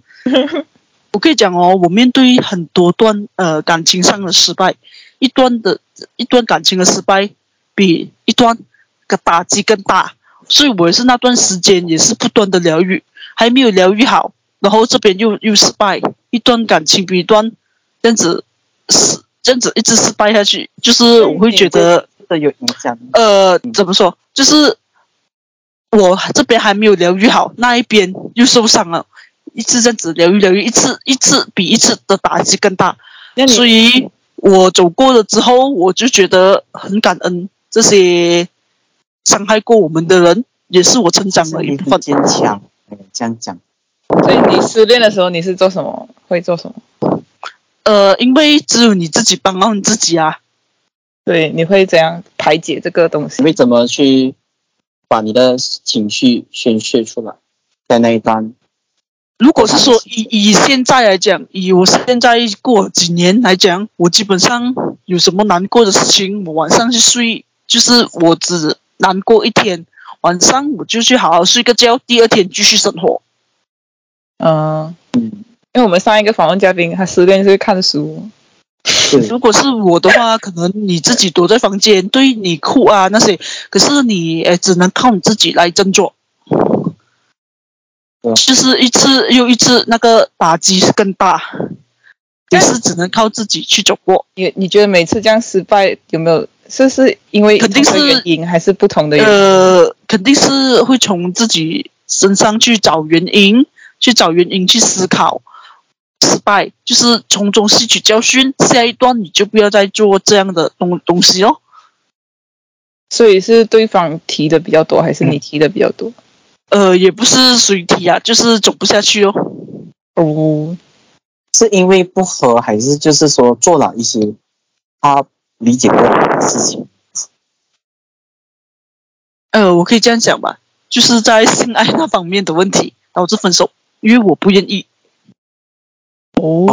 我可以讲哦，我面对很多段呃感情上的失败，一段的一段感情的失败比一段的打击更大，所以我也是那段时间也是不断的疗愈，还没有疗愈好，然后这边又又失败，一段感情比一段这样子失这样子一直失败下去，就是我会觉得
这有影响。
呃，怎么说？就是我这边还没有疗愈好，那一边又受伤了，一次这样子疗愈疗愈，一次一次比一次的打击更大。
那
所
你
以我走过了之后，我就觉得很感恩这些伤害过我们的人，也是我成长的一
你
部
很。
分
坚强，哎这样讲。
所以你失恋的时候你是做什么？会做什么？
呃，因为只有你自己帮到你自己啊。
对，你会怎样排解这个东西
你？会怎么去把你的情绪宣泄出来？在那一段，
如果是说以以现在来讲，以我现在过几年来讲，我基本上有什么难过的事情，我晚上去睡，就是我只难过一天，晚上我就去好好睡个觉，第二天继续生活。
嗯，
嗯，
因为我们上一个访问嘉宾他失恋是看书，
对，
如果是我的话，可能你自己躲在房间，对你哭啊那些，可是你呃只能靠你自己来振作
对啊。
就是一次又一次，那个打击更大，也是只能靠自己去走过。
你你觉得每次这样失败有没有是是因为
肯定是
同一个原因还是不同的原因？
呃，肯定是会从自己身上去找原因，去找原因去思考失败，就是从中吸取教训，下一段你就不要再做这样的东东西哦。
所以是对方提的比较多，还是
嗯
你提的比较多？
呃，也不是随体啊，就是走不下去哦。
哦，
是因为不和，还是就是说做了一些他理解不了的事情？
呃，我可以这样讲吧，就是在性爱那方面的问题导致分手，因为我不愿意。
哦，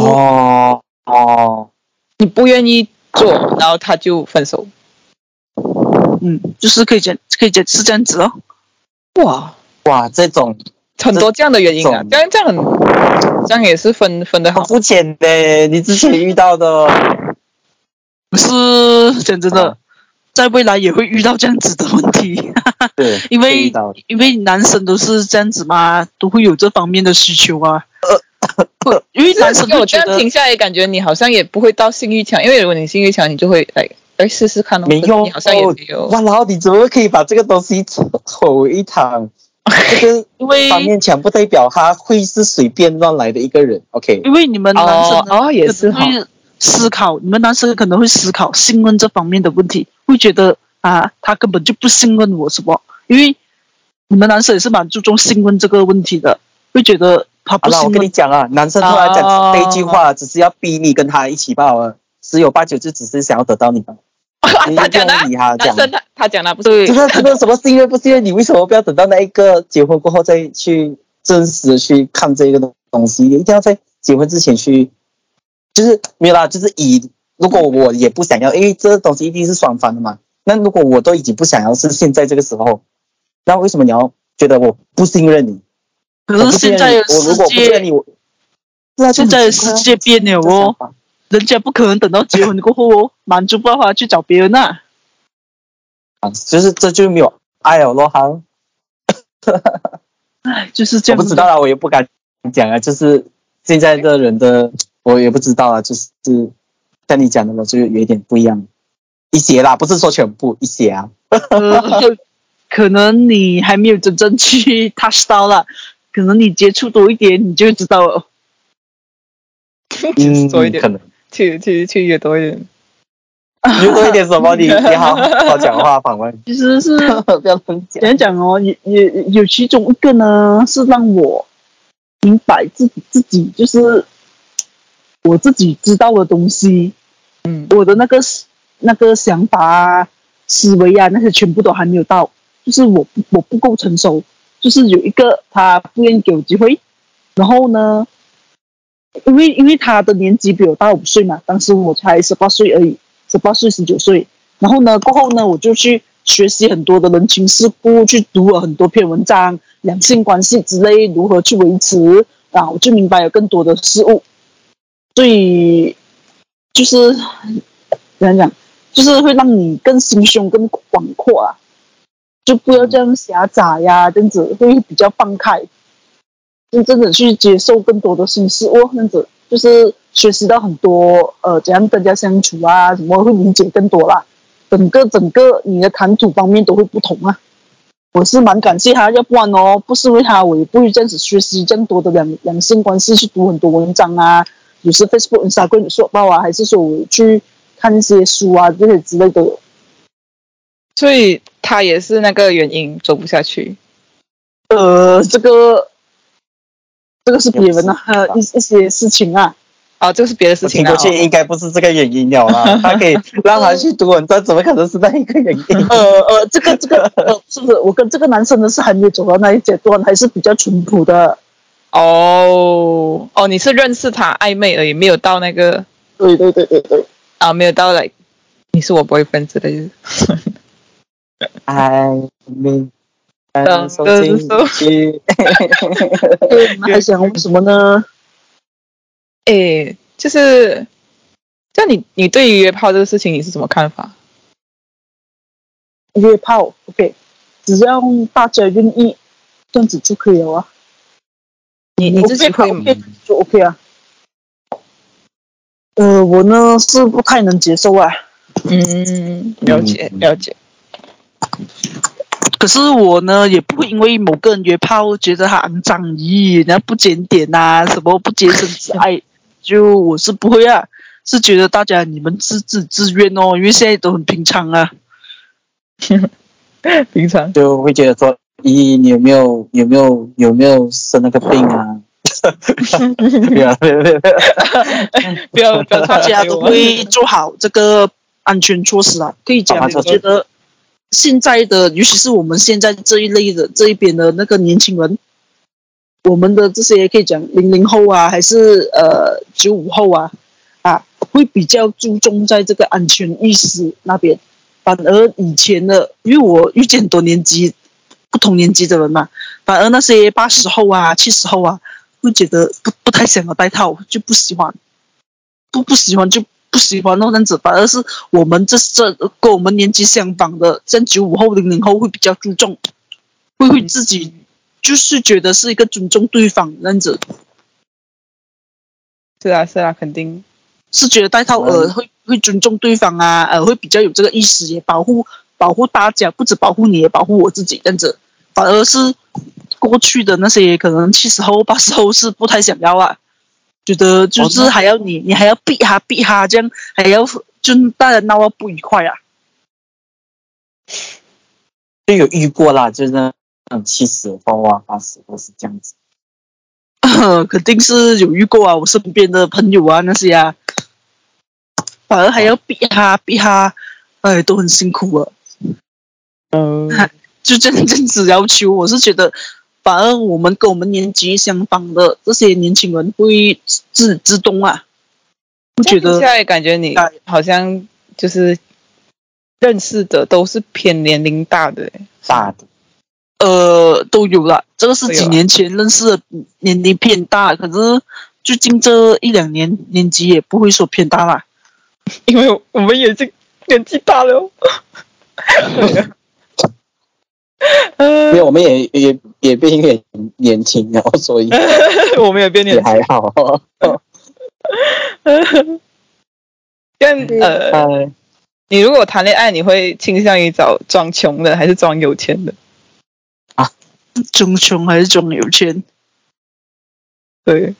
哦哦，
你不愿意做，然后他就分手。
嗯，就是可以讲，可以讲是这样子哦。
哇，
哇，这种
很多这样的原因啊，
这啊
这样这样很，这样也是分分的
好
好。
肤浅的，你之前遇到的
是讲真的
啊，
在未来也会遇到这样子的问题，
对，
因
注
为
意到
因为男生都是这样子嘛，都会有这方面的需求啊。呃， 因为男生
因为
会
我这
觉
样
得
停下来，感觉你好像也不会到性欲强，因为如果你性欲强，你就会来来试试看哦。
没
可是
有
你好像也没有。
哇，然后你怎么可以把这个东西吼一堂？ 这个
因为
方面强不代表他会是随便乱来的一个人。OK，
因为你们男生
哦
呢
哦，也是
可
哈
能。会思考，你们男生可能会思考信任这方面的问题，会觉得啊，他根本就不信任我什么，因为你们男生也是蛮注重信任这个问题的，会觉得他
好
不
了，我
信
跟你
任。
讲啊，男生突然讲
哦
这一句话，只是要逼你跟他一起罢了，十有八九就只是想要得到你吧。你
他
不要
讲的 啊，
理他这
男
样。
生他他讲的啊不是
对
这，个这个什么信任不信任，你为什么不要等到那一个结婚过后再去真实的去看这个东西？一定要在结婚之前去，就是没有啦，就是以如果我也不想要，因为这个东西一定是双方的嘛。那如果我都已经不想要，是现在这个时候，那为什么你要觉得我不信任你？
可
我
是
不信
现
任
在的
你我如
世
果不信任
界，
你，我对啊，就
现
很
在的
奇怪
世
啊
界变了
这想
哦，
法
人家不可能等到结婚过后哦，满足不了他去找别人啊。
啊就是这就没有爱了咯，好。
唉，就是这
我
样
不
子。
知道啦，我也不敢讲啊。就是现在的人的，我也不知道啊。就是像你讲的嘛，就有一点不一样，一些啦，不是说全部，一些 啊。
呃，可能你还没有真正去 touch 到啦，可能你接触多一点，你就知道了。
嗯，
多一点
可能
去去去越多一点。
你多一点什么？你你好好讲话，访 问
其实是
不要乱讲
怎样讲哦，也也有其中一个呢，是让我明白自己自己就是我自己知道的东西，
嗯
我的那个思那个想法啊、思维啊那些全部都还没有到，就是我不我不够成熟，就是有一个他不愿意给我机会，然后呢，因为因为他的年纪比我大五岁嘛，当时我才十八岁而已，十八岁十九岁，然后呢，过后呢，我就去学习很多的人情世故，去读了很多篇文章，两性关系之类如何去维持啊，我就明白有更多的事物。所以就是怎样讲，就是会让你更心胸更广阔啊，就不要这样狭窄呀、这样子会比较放开，真正的去接受更多的新事物，这样子就是学习到很多呃怎样跟人家相处啊，什么会理解更多啦。整个整个你的谈吐方面都会不同啊。我是蛮感谢他，要不然哦，不是为他，我也不会这样子学习这样多的两两性关系，去读很多文章啊，有时 Facebook、Instagram 有说报啊，还是说我去看一些书啊这些之类的。
所以他也是那个原因走不下去。
呃，这个这个是别人啊，呃一一些事情 啊，
哦，这个是别的事
我
情
听
啊
过。去应该不是这个原因了啦，他可以让他去读文章，怎么可能是那一个原因？
呃呃，这个这个呃，是不是我跟这个男生呢是还没有走到那一阶段，还是比较淳朴的。
哦哦，你是认识他暧昧而已，没有到那个
对对对对对，
啊，没有到 like 你是我 boyfriend 之类的。
哎，没，
懂
嗯，收
得
进
收
去，
对，你们还想什么呢？
诶，就是，就你你对于约炮这个事情你是什么看法？
约炮，OK，只要大家愿意，这样子就可以了啊。
你你自己会
o
吗？
k 就 OK 啊。呃，我呢是不太能接受啊，
嗯，了解了解。
可是我呢也不会因为某个人约炮觉得他肮脏，咦，然后不检点呐、什么不洁身自爱，就我是不会啊，是觉得大家你们自自自愿哦，因为现在都很平常啊。
平常
就会觉得说，咦，你有没有有没有有没有生那个病啊？没有啦，没有没有没有
不要不要
大
大
家都会做好这个安全措施啊。可以讲，
好
我
安全措
觉
施
得现在的，尤其是我们现在这一类的这一边的那个年轻人，我们的这些可以讲零零后啊，还是呃九五后啊，啊，会比较注重在这个安全意识那边。反而以前的，因为我遇见很多年级不同年级的人嘛，反而那些八十后啊、七十后啊，会觉得不不太想要戴套，就不喜欢，不不喜欢就不喜欢哦，这样子，反而是我们这这跟我们年纪相仿的，像九五后、零零后会比较注重，会会自己就是觉得是一个尊重对方这样子，
是啊是啊，肯定
是觉得戴套耳
嗯
会会尊重对方啊，呃，会比较有这个意识，也保护保护大家，不止保护你，也保护我自己这样子，反而是过去的那些可能七十后、八十后是不太想要啊，觉得就是还要你，你还要避他避他，这样还要就大家闹到不愉快啊。
就有遇过啦，就是那种七十后啊、八十都是这样子。
肯定是有遇过啊，我身边的朋友啊那些啊，反而还要逼他逼他，哎，都很辛苦啊。
嗯
就这样这样子要求，我是觉得，反而我们跟我们年纪相仿的这些年轻人会自自动啊， 不觉
这样听
得
起来感觉你
哎
好像就是认识的都是偏年龄大的欸，
大的，
呃都有了。这个是
都有
几
啊
年前认识的，年龄偏大，可是最近这一两年年纪也不会说偏大啦。
因为我们也是年纪大了哦。 啊
因为
呃，
我们也也也变一点年轻，然后所以
我们也变
也
年轻。
还好。
但呃，
哎
你如果谈恋爱，你会倾向于找装穷的还是装有钱的？
装穷还是装有钱，
对，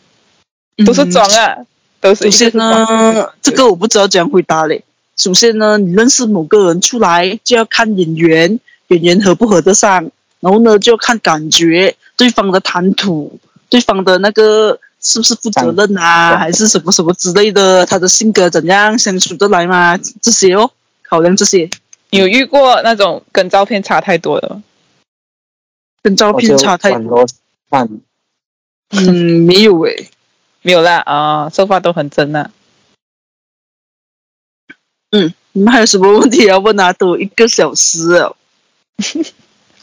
都是
嗯
装啊，都是
首
一个是
先呢
装，
这个我不知道怎样回答嘞。首先呢，你认识某个人出来就要看眼缘，眼缘合不合得上，然后呢就要看感觉，对方的谈吐，对方的那个是不是负责任啊，
感
还是什么什么之类的，他的性格怎样，相处得来吗？这些哦，考量这些，
你有遇过那种跟照片差太多的吗？
跟照
我
片
就
差太
网络看
嗯没有诶，
没有啦啊，说话都很真啊。
你们还有什么问题要问啊？都一个小时了，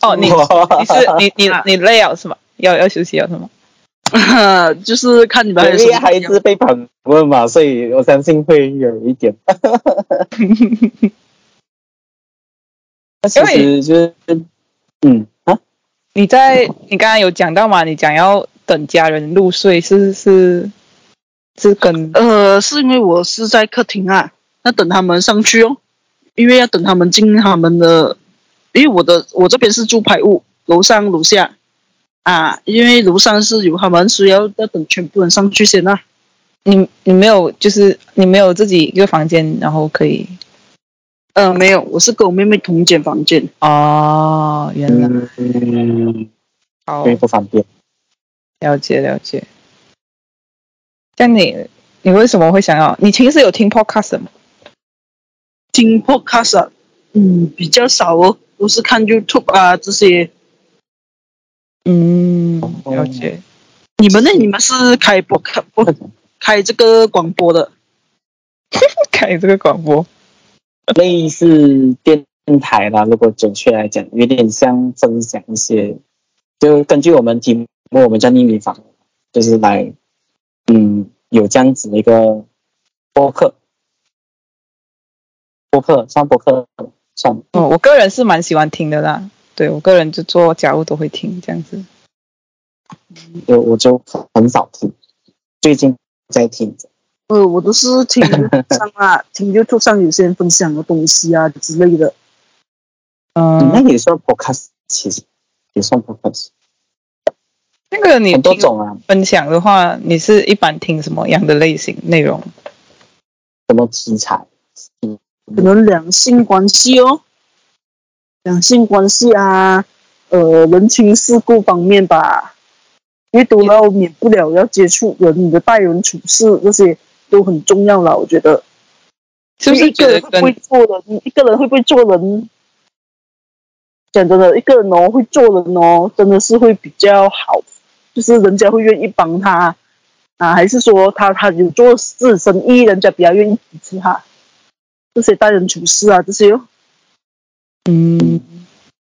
哦，你
哇
你是你你
啊
你累了是吗？要要休息了是吗？
就是看你们还有什
因为
么问题
孩
要
子被访问嘛，所以我相信会有一点。那其实就是，嗯啊，
你在你刚刚有讲到嘛？你讲要等家人入睡，是是是跟
呃，是因为我是在客厅啊，那等他们上去哦，因为要等他们进他们的，因为我的我这边是住排屋，楼上楼下啊，因为楼上是有他们，所以要要等全部人上去先啊。
你你没有就是你没有自己一个房间，然后可以
呃，没有，我是跟我妹妹同间房间，
哦，原来、
嗯，
好
因为不方便。
了解了解。像你你为什么会想要？你平时有听 podcast 的吗？
听 podcast，、啊、嗯，比较少哦，都是看 YouTube 啊这些。
嗯，
哦
了解。
你们呢？你们是开播开播开这个广播的？
开这个广播，
类似电台啦，如果准确来讲，有点像分享一些，就根据我们题目，我们叫匿名访，就是来，嗯，有这样子的一个播客，播客算播客算，
哦，我个人是蛮喜欢听的啦。对我个人就做家务都会听这样子。
就我就很少听，最近在听，
呃，我都是听 YouTube 上啊，听 YouTube 上有些人分享的东西啊之类的。
嗯，那
嗯，
也算 podcast，其实也算 podcast，
那个你
很多
听
种啊，
分享的话，你是一般听什么样的类型内容？
什么题材，
可能两性关系哦，两性关系啊，呃，人情世故方面吧，因为都要免不了要接触人，你的待人处事这些都很重要啦。我觉得，
是不
因为
是
一
觉
个人会
得
不会
跟
做人，一个人会不会做人？讲真的，一个人哦会做人哦，真的是会比较好，就是人家会愿意帮他啊，还是说他他有做事生意，人家比较愿意支持他，这些待人处事啊这些哦。
嗯，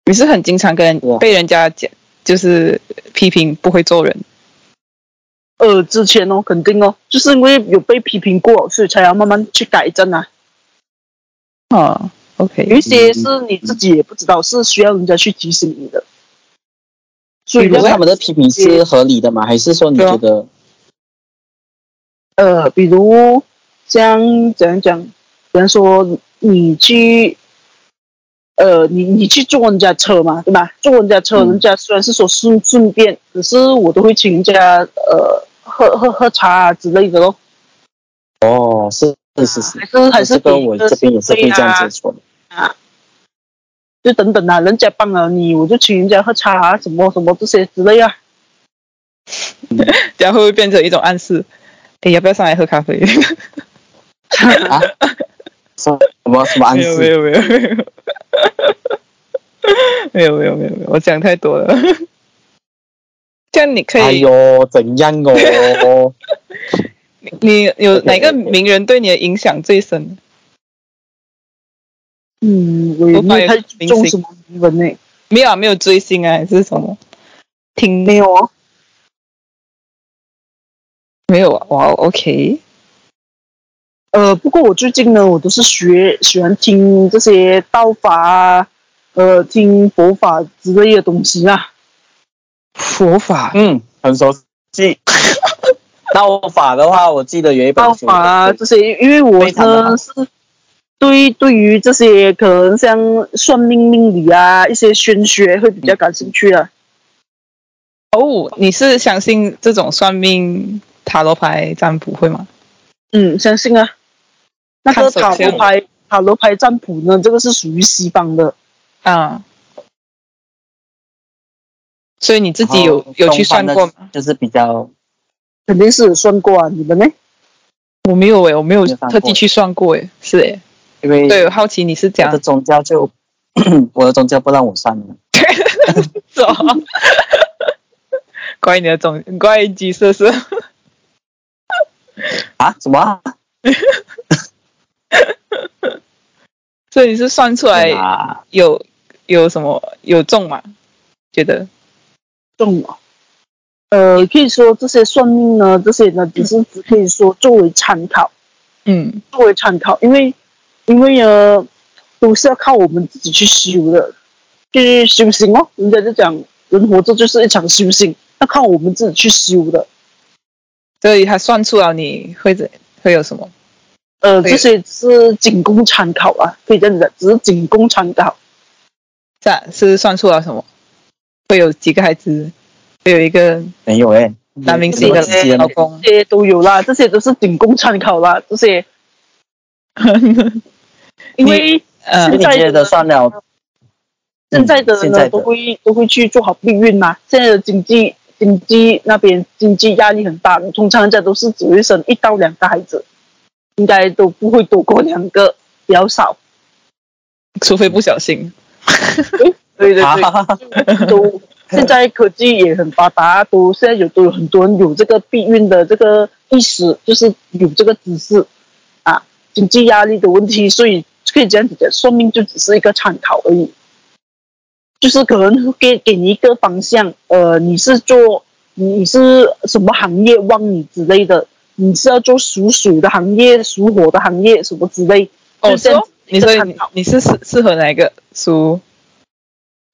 你是很经常跟人
我
被人家讲，就是批评不会做人
呃之前哦，肯定哦，就是因为有被批评过，所以才要慢慢去改正啊。
啊
有
，OK，
一些是你自己也不知道，是需要人家去提醒你的。所以
你觉
让
得
他
他们
们
的批评是合理的吗？还是说
啊
你觉得
呃，比如像怎样讲，比方说你去，呃，你你去坐人家车嘛，对吧？坐人家车，
嗯
人家虽然是说顺顺便，可是我都会请人家呃喝喝喝茶啊之类的咯。
哦，是是是是，
还
啊
是还是
这个我这边也是会这样
对啊
子做的。
就等等啊，人家帮了你，我就请人家喝茶啊，什么什么这些之类啊。
然后会变成一种暗示。哎，要不要上来喝咖啡？
啊？什么什么暗
没有没
示？
有没有没有，没有没有没有没有，我讲太多了。这样你可
哎
以，
呦，怎样哦？哎
你有哪个
OK，OK
名人对你的影响最深？
嗯，我也没有太重什么疑问呢、
没有啊，没有追星啊，还是什么？听
没有哦，
没有啊？哇，OK，
呃，不过我最近呢，我都是学喜欢听这些道法啊，呃，听佛法之类的东西啦。
佛法
嗯，很熟悉。道法的话，我记得有一本
道
书
法啊这些，因为我
非常的好
呢是对对于这些可能像算命命理啊一些玄学会比较感兴趣啊。
哦，你是相信这种算命、塔罗牌、占卜会吗？
嗯，相信啊。那个
看手
塔
啊
相
罗牌塔罗牌占卜呢，这个是属于西方的。
啊，所以你自己有
然后
有去
东方
算
的
过吗？
就是比较
肯定是有算过啊，你们呢？
我没有诶，欸我没有
没有算
特地
过
去算过诶。是诶，
因为
对，我好奇你是怎
我的
样
宗教就我的宗教不让我算了。
做。 关于你的总，关于鸡色是，
啊？什么啊？
所以你是算出来
啊，
有有什么有中吗？觉得
中了。呃，可以说这些算命呢，这些呢，只是只可以说作为参考，
嗯
作为参考，因为因为呃，都是要靠我们自己去修的，去修行哦。人家就讲，人活着就是一场修行，要靠我们自己去修的。
所以他算出来你会怎会有什么？
呃，
对
这些只是仅供参考啊，可以这样子，只是仅供参考。
这样是算出来什么？会有几个孩子？会有一个
没有哎，
男明星
我
的
自己的
老公
这些都有啦，这些都是仅供参考啦，这些因为
那
呃
现
你
在
觉得
的
算了？嗯
现在的
现
人
在
呢，都
的
会都会去做好避孕嘛。现在的经济经济那边经济压力很大，通常人家都是只会生一到两个孩子，应该都不会多过两个，比 较少。
除非不小心，
对对
啊
对，都现在科技也很发达，都现在有都有很多人有这个避孕的这个意识，就是有这个知识啊，经济压力的问题，所以可以这样子讲，算命就只是一个参考而已，就是可能会给给你一个方向，呃，你是做你是什么行业旺你之类的，你是要做属水的行业、属火的行业什么之类，
哦，
就这样
说
子一
你
个
所以
参
你
考。
你是适适合哪一个书？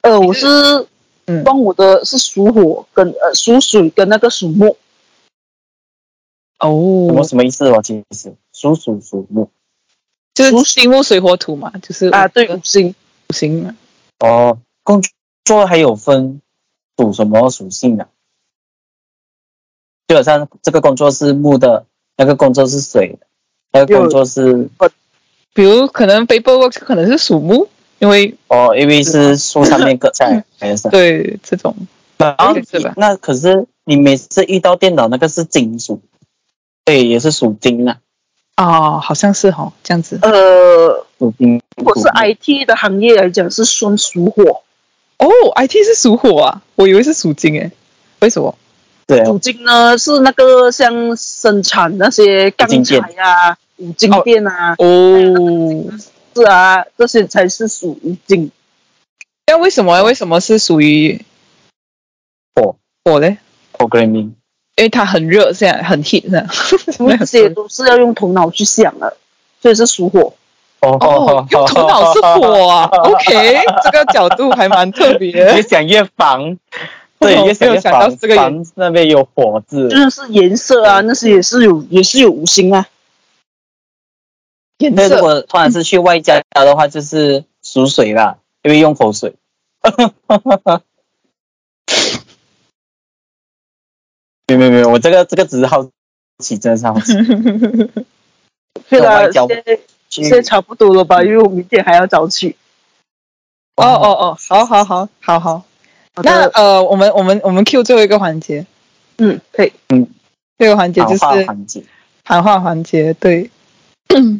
呃，我
是
是
嗯
帮我的是属火跟呃属水跟那个属木，
什么
哦，
什么意思？哦？其实属鼠属木
就是金木水火土嘛，就是
啊，对，五行
五行嘛。
哦，工作还有分属什么属性的、就好像这个工作是木的，那个工作是水的，那个工作是
比如可能 paperwork 可能是属木，因为
哦，因为是树上面割下来的是。
对这种
然后你
是吧
那可是你每次遇到电脑那个是金属，对，也是属金啊，
啊、好像是哈、这样子
呃，
属金。
如果是
属木
IT 的行业来讲是算属火，
哦。IT 是属火啊，我以为是属金诶，为什么？
对
五金呢是那个像生产那些钢
五金
材
店
啊、五金店啊、
哦，
是啊，这些才是属五金。
哎那为什么为什么是属于
火
火嘞？
，programming
因为它很热，现在很 hit 呢。
我们这些都是要用头脑去想的，所以是属火。
哦
哦，用头脑是火啊，OK，这个角度还蛮特
越
别。
想越防，对，
我
越
哦没
想
有
越
想到
防。
这个原
防那边有火字
就，是是颜色啊，那些也是有也是有五星啊。
颜
那如
色哦
果突然是去外家的话，就是属水啦，因为用口水。 没有没有没有，我这个这个只是好奇，真的是好 奇。
对啦，
外交
现在现在差不多了吧？因为我明天还要早起。
哦哦哦，好好好好好。
好
那
的，
呃，我们我们我们 Q 最后一个环节，
嗯，可以。
这个环节就
谈
是嗯
话环节，
谈话环节。对，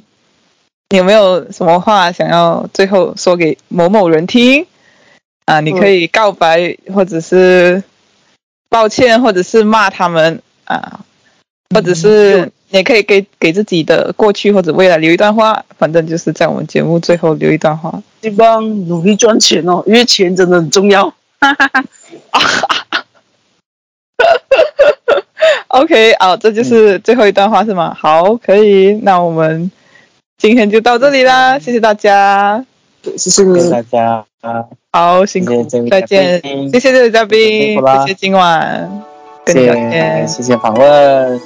你有没有什么话想要最后说给某某人听？
嗯
啊，你可以告白，或者是抱歉，或者是骂他们啊，或者
嗯
是你可以给给自己的过去或者未来留一段话，反正就是在我们节目最后留一段话。
希望努力赚钱哦，因为钱真的很重要。
OK，哦，这
嗯
就是最后一段话是吗？好，可以，那我们今天就到这里
嗯
啦，谢谢大家，
对，谢谢
谢谢
你。
大家，啊
好辛苦
谢谢这，位
再见
嘉，宾
谢谢这位嘉
辛
宾
苦，啦
谢谢今晚跟
谢
你聊
谢
天，
谢谢访问，